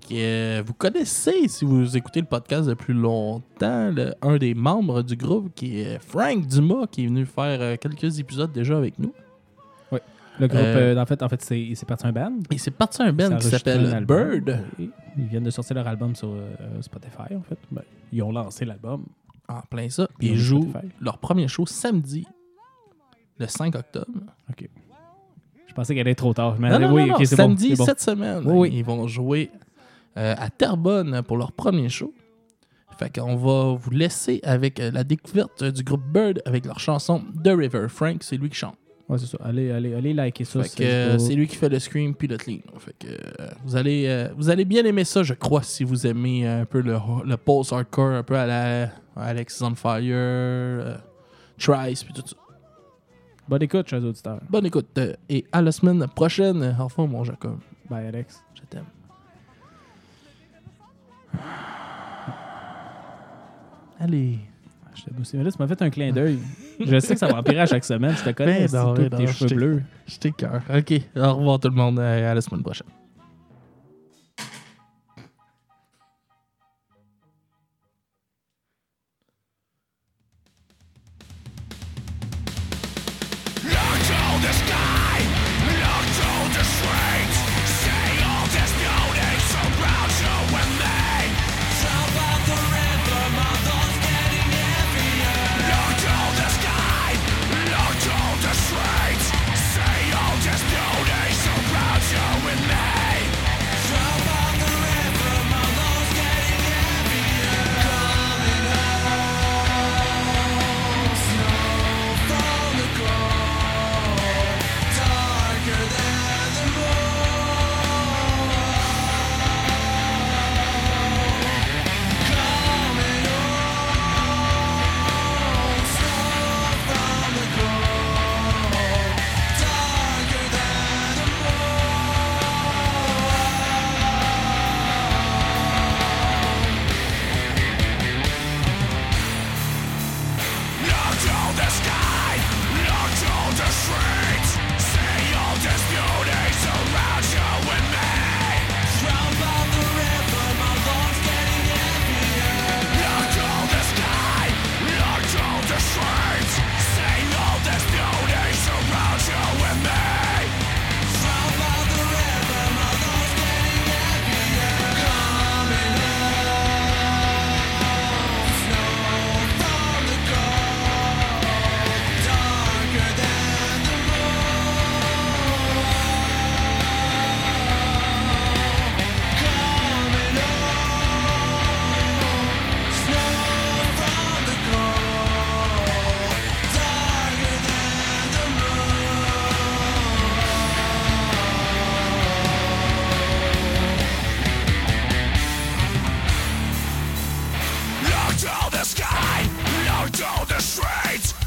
S1: que vous connaissez si vous écoutez le podcast depuis longtemps. le- un des membres du groupe qui est Frank Dumas, qui est venu faire euh, quelques épisodes déjà avec nous.
S2: Le groupe,
S1: Euh,
S2: euh, en fait, en fait c'est c'est parti un band.
S1: Et c'est parti un
S2: Ça
S1: band
S2: a
S1: qui
S2: enregistré un
S1: s'appelle
S2: album.
S1: Bird.
S2: Oui. Ils viennent de sortir leur album sur euh, Spotify, en fait. Ben, ils ont lancé l'album.
S1: En plein ça.
S2: Ils ont
S1: Ils
S2: des
S1: jouent
S2: Spotify.
S1: leur premier show samedi, le 5 octobre.
S2: OK. Je pensais qu'elle allait être trop tard. Mais
S1: Non, non,
S2: Ben, oui,
S1: non, non,
S2: OK, c'est bon,
S1: samedi,
S2: c'est bon.
S1: cette semaine,
S2: Oui, oui.
S1: ils vont jouer euh, à Terrebonne pour leur premier show. Fait qu'on va vous laisser avec euh, la découverte du groupe Bird avec leur chanson The River. Frank, c'est lui qui chante.
S2: Ouais, c'est ça. Allez, allez, allez liker ça.
S1: Fait
S2: sur
S1: que euh,
S2: Facebook.
S1: c'est lui qui fait le scream puis le clean. Fait que euh, vous allez, euh, vous allez bien aimer ça, je crois, si vous aimez euh, un peu le, le post hardcore, un peu à la à Alex is on Fire, euh, Trice puis tout ça.
S2: Bonne écoute, chers auditeurs.
S1: Bonne écoute euh, et à la semaine prochaine. Enfin, mon Jacob,
S2: Bye, Alex.
S1: je t'aime. Allez.
S2: Je t'aime aussi. Mais là, tu m'as fait un clin d'œil. je sais que ça va empirer à chaque semaine. Je te connais.
S1: Ben
S2: c'est
S1: non,
S2: tout,
S1: ben
S2: tes
S1: non, je
S2: cheveux
S1: t'ai-
S2: bleus.
S1: Je t'écœure. Ok, au revoir tout le monde. euh, À la semaine prochaine.
S4: Darker than the moon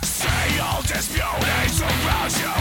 S3: This beauty surrounds you